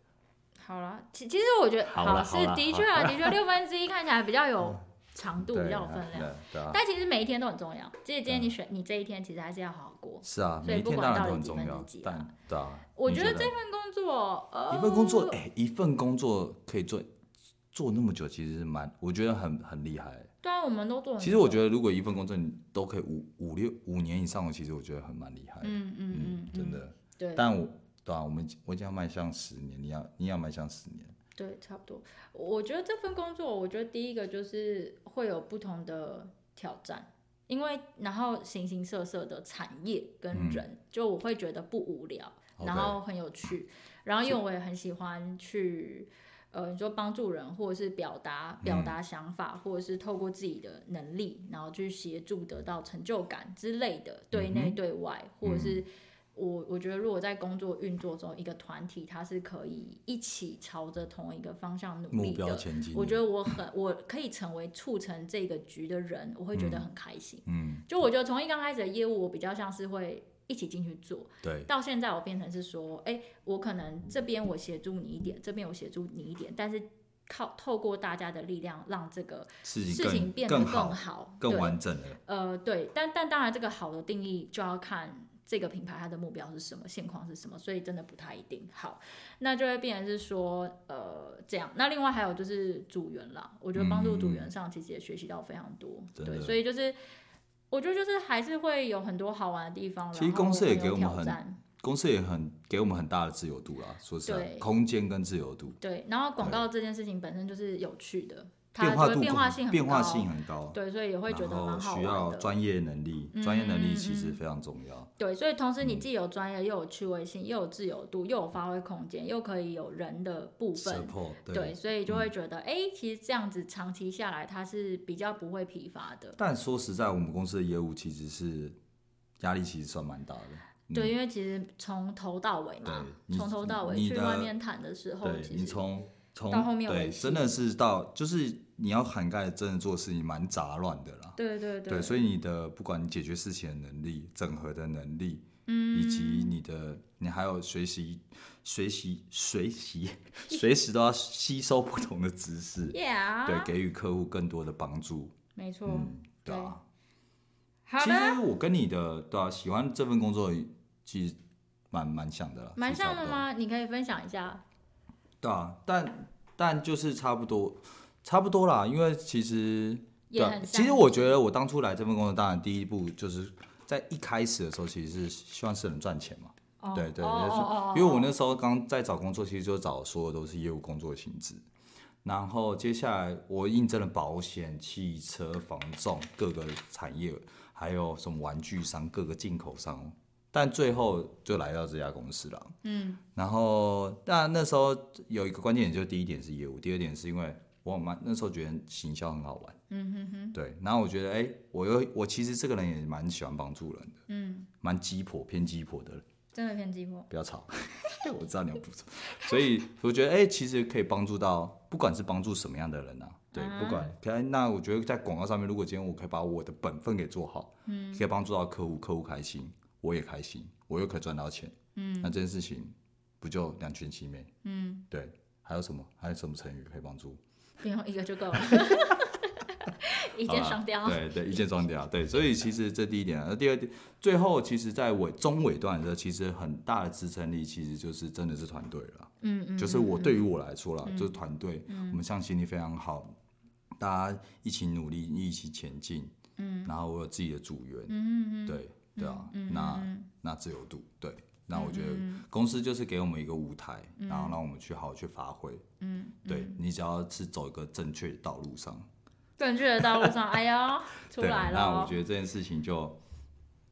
S2: 好了，其其实我觉得
S1: 好啦
S2: 是
S1: 好啦嗯
S2: 的确啊，的确六分之一看起来比 较有长度，
S1: 对嗯
S2: 比较有
S1: 啊
S2: 分量，
S1: 对对啊，
S2: 但其实每一天都很重要。即使今天你选你这一天，其实还是要好好过。
S1: 是啊，
S2: 所以
S1: 每一天
S2: 不
S1: 当
S2: 管
S1: 然
S2: 到
S1: 都
S2: 底
S1: 很
S2: 几
S1: 重
S2: 分
S1: 要
S2: 之几，啊
S1: 但对啊，
S2: 我
S1: 你
S2: 觉
S1: 觉
S2: 得这份工作，呃，
S1: 一份工作，哎、一份工作可以做做那么久，其实是蛮，我觉得很很厉害、
S2: 对啊，我们都做很久。
S1: 其实我觉得，如果一份工作你都可以五五六五年以上，我其实我觉得很蛮厉害的。
S2: 嗯嗯嗯，嗯
S1: 真，的。
S2: 对
S1: 但我对啊，我们我已经要迈向十年，你要你也要迈向十年。
S2: 对，差不多。我觉得这份工作，我觉得第一个就是会有不同的挑战，因为然后形形色色的产业跟人，就我会觉得不无聊，
S1: 嗯 OK
S2: 然后很有趣，然后因为我也很喜欢去呃，你说帮助人，或者是表达
S1: 嗯
S2: 表达想法，或者是透过自己的能力，然后去协助得到成就感之类的，对
S1: 嗯
S2: 内对外，或者是我我觉得，如果在工作运作中，一个团体它是可以一起朝着同一个方向努
S1: 目
S2: 力
S1: 标
S2: 的。
S1: 前进。
S2: 我觉得我很，我可以成为促成这个局的人，我会觉得很开心。
S1: 嗯，
S2: 就我觉得从一刚开始的业务，我比较像是会一起进去做，
S1: 对，
S2: 到现在我变成是说，哎、我可能这边我协助你一点，这边我协助你一点，但是靠透过大家的力量，让这个
S1: 事情
S2: 事
S1: 更
S2: 情变得
S1: 更
S2: 更
S1: 好、
S2: 好
S1: 更
S2: 对
S1: 完整了。
S2: 呃，对，但但当然，这个好的定义就要看这个品牌它的目标是什么，现况是什么，所以真的不太一定。好，那就会变成是说，呃，这样。那另外还有就是组员啦，我觉得帮助组员上其实也学习到非常多，
S1: 嗯真的
S2: 对，所以就是我觉得就是还是会有很多好玩的地方。
S1: 其实
S2: 然后
S1: 公司也
S2: 会
S1: 给
S2: 有
S1: 我们
S2: 挑
S1: 很
S2: 战
S1: 公司也很给我们很大的自由度啦，说实在，
S2: 对
S1: 空间跟自由度，
S2: 对，然后广告这件事情本身就是有趣的，它
S1: 嗯变
S2: 就
S1: 化
S2: 会
S1: 度
S2: 变化
S1: 很
S2: 性很
S1: 变化
S2: 高
S1: 性很高，
S2: 对，所以也会觉得
S1: 然
S2: 蛮
S1: 后
S2: 好
S1: 需
S2: 玩
S1: 要
S2: 的。
S1: 专业能力，
S2: 嗯
S1: 专业能
S2: 嗯
S1: 力
S2: 嗯
S1: 其实
S2: 嗯
S1: 非常重要。
S2: 对，所以同
S1: 嗯
S2: 时你既有专业，又有趣味性，又有自由度，又有发挥空间，又可以有人的部分。
S1: support 对，嗯
S2: 对，所以就会觉得，哎、其实这样子长期下来，它是比较不会疲乏的。
S1: 但说实在，我们公司的业务其实是压力其实算蛮大的。嗯
S2: 对，因为其实从头到尾嘛
S1: 对，你
S2: 从头到尾
S1: 你
S2: 去
S1: 的
S2: 外面谈的时候，
S1: 对
S2: 其
S1: 你
S2: 实
S1: 从从
S2: 到后面
S1: 对
S2: 维系
S1: 真的是到就是你要涵盖真的做事情蛮杂乱的啦。
S2: 对对
S1: 对，所以你的不管你解决事情的能力、整合的能力，嗯，以及你的你还有学习、学习、学习， 随时都要吸收不同的知识，对，
S2: ，Yeah，
S1: 给予客户更多的帮助，
S2: 没错。
S1: 嗯，对啊。
S2: 哦好
S1: 其
S2: 的，
S1: 实我跟你的对啊，喜欢这份工作其实蛮蛮像的啦，
S2: 蛮
S1: 其实差
S2: 像
S1: 不
S2: 的
S1: 多？
S2: 吗？你可以分享一下。
S1: 对啊，但但就是差不多，差不多啦，因为其实
S2: 也
S1: 对啊
S2: 很，像
S1: 其实我觉得我当初来这份工作，当然第一步就是在一开始的时候，其实是希望是能赚钱嘛。
S2: 哦
S1: 对对，
S2: 哦
S1: 就是
S2: 哦哦
S1: 因为我
S2: 哦
S1: 那时候刚在找工作，其实就找所有都是业务工作性质。然后接下来我应征了保险、汽车、房仲各个产业，还有什么玩具商、各个进口商，但最后就来到这家公司了。
S2: 嗯，
S1: 然后但那时候有一个关键点，就是第一点是业务，第二点是因为我蛮那时候觉得行销很好玩。
S2: 嗯哼哼，
S1: 对，然后我觉得，哎、我又我其实这个人也蛮喜欢帮助人的，
S2: 嗯，
S1: 蛮鸡婆偏鸡婆的人，
S2: 真的偏激过。
S1: 不要吵， 我知道你要补充，所以我觉得，哎、其实可以帮助到，不管是帮助什么样的人啊，对，
S2: 嗯
S1: 不管，可那我觉得在广告上面，如果今天我可以把我的本分给做好，嗯，可以帮助到客户，客户开心，我也开心，我又可以赚到钱，嗯，那这件事情不就两全其美？
S2: 嗯，
S1: 对，还有什么？还有什么成语可以帮助？
S2: 不用一个就够 了，一
S1: 好啦
S2: 箭双雕。
S1: 对对，一箭双雕。对，所以其实这第一点啊，那第二点，最后其实在尾中尾段的时候，其实很大的支撑力其实就是真的是团队了。
S2: 嗯嗯，
S1: 就是我对于我来说啦，就是团队，我们向心力非常好，大家一起努力，一起前进。嗯，然后我有自己的组员，嗯嗯对对啊，那那自由度，对，
S2: 嗯
S1: 那我觉得公司就是给我们一个舞台，然后让我们去好好去发挥。嗯，对你只要是走一个正确的道路上，
S2: 正确的道路上，哎呦，出
S1: 对，啊
S2: 来了
S1: 那
S2: 哦。
S1: 我觉得这件事情就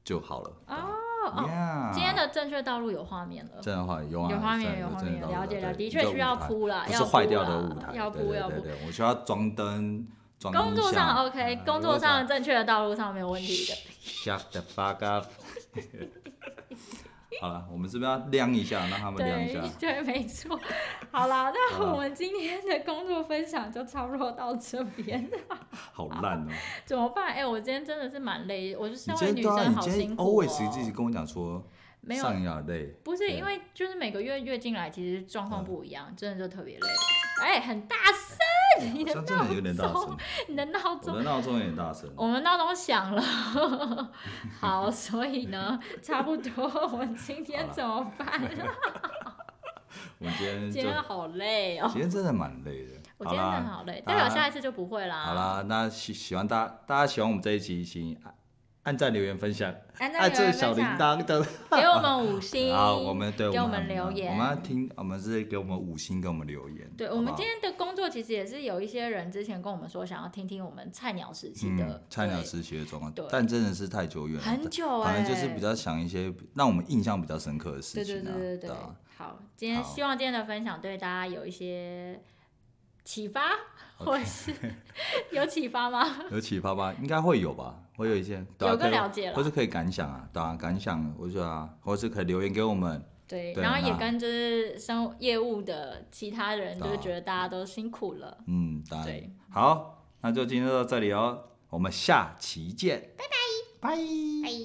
S1: 就好了。啊
S2: 哦
S1: 哦
S2: 今天的正确道路有画面了，
S1: 真的话有啊，
S2: 有画
S1: 真
S2: 面
S1: 的
S2: 有画
S1: 真
S2: 面，
S1: 的
S2: 了
S1: 有
S2: 解了，
S1: 对
S2: 的
S1: 一
S2: 确
S1: 个
S2: 需要
S1: 舞台
S2: 铺了，
S1: 不
S2: 啊要
S1: 是
S2: 铺
S1: 坏掉
S2: 了
S1: 的舞台，
S2: 要
S1: 对
S2: 铺
S1: 对
S2: 要
S1: 对
S2: 铺。
S1: 对，我需要装灯、装
S2: 工作
S1: 音响
S2: 上 OK，
S1: 呃
S2: 工作上正确的道路上没有问题的。
S1: Shut the fuck up 好了，我们是不是要亮一下，让他们亮一下
S2: 对？对，没错。好啦，那
S1: 好啦
S2: 我们今天的工作分享就差不多到这边，
S1: 好烂哦、
S2: 怎么办？哎，我今天真的是蛮累，我就身
S1: 你
S2: 为
S1: 今
S2: 女
S1: 天对啊，
S2: 生
S1: 你
S2: 好
S1: 今天
S2: 辛苦
S1: always 一直
S2: 哦。
S1: 跟我讲说
S2: 没有，
S1: 上牙累，
S2: 不是
S1: 对嗯
S2: 因为就是每个月月进来，其实状况不一样，真的就特别累。哎，很大声， 你
S1: 好
S2: 的
S1: 像真的有点大
S2: 闹哦钟
S1: 声，，
S2: 你的闹
S1: 我
S2: 钟，
S1: 的闹钟有点大声。
S2: 我们闹钟响了。好，所以呢，差不多，我们今天
S1: 好啦
S2: 怎么办？
S1: 我们今天就
S2: 今天好累哦，
S1: 今天真的蛮累的。
S2: 我
S1: 好
S2: 今天真
S1: 啦
S2: 的好累，
S1: 好
S2: 代
S1: 啦
S2: 表下一次就不会啦。
S1: 好，啦，那喜喜欢大家大家喜欢我们这一集，请按按赞、留言、分享，
S2: 按照
S1: 按这个小铃铛的。
S2: 给我们五 星。
S1: 好，我们对
S2: 给我
S1: 我
S2: 们
S1: 很
S2: 留言
S1: 我们要听，我们是给我们五星，给我们留言。
S2: 对
S1: 好
S2: 我
S1: 不
S2: 们
S1: 好
S2: 今天的工作其实也是有一些人之前跟我们说想要听听我们菜鸟时期的
S1: 嗯，菜鸟
S2: 对
S1: 时期的状况
S2: 对，
S1: 啊但真的是太久远了，
S2: 很久哎，
S1: 反正就是比较想一些让我们印象比较深刻的事
S2: 对对
S1: 情啊。
S2: 对对对
S1: 啊，
S2: 好，今天
S1: 好
S2: 希望今天的分享对大家有一些启发，或者是有启发吗？
S1: 有启发吧？应该会有吧，会有一些， 对啊、
S2: 有个
S1: 可以
S2: 了解啦
S1: 或是可以感想啊，对啊，感想，我觉得啊，或是可以留言给我们，
S2: 对，
S1: 对
S2: 然后也
S1: 那
S2: 跟就是生业务的其他人，就是
S1: 对啊
S2: 觉得大家都辛苦了。
S1: 嗯，当然
S2: 对，
S1: 好，那就今天就到这里哦，我们下期见，拜拜，拜。
S2: 哎。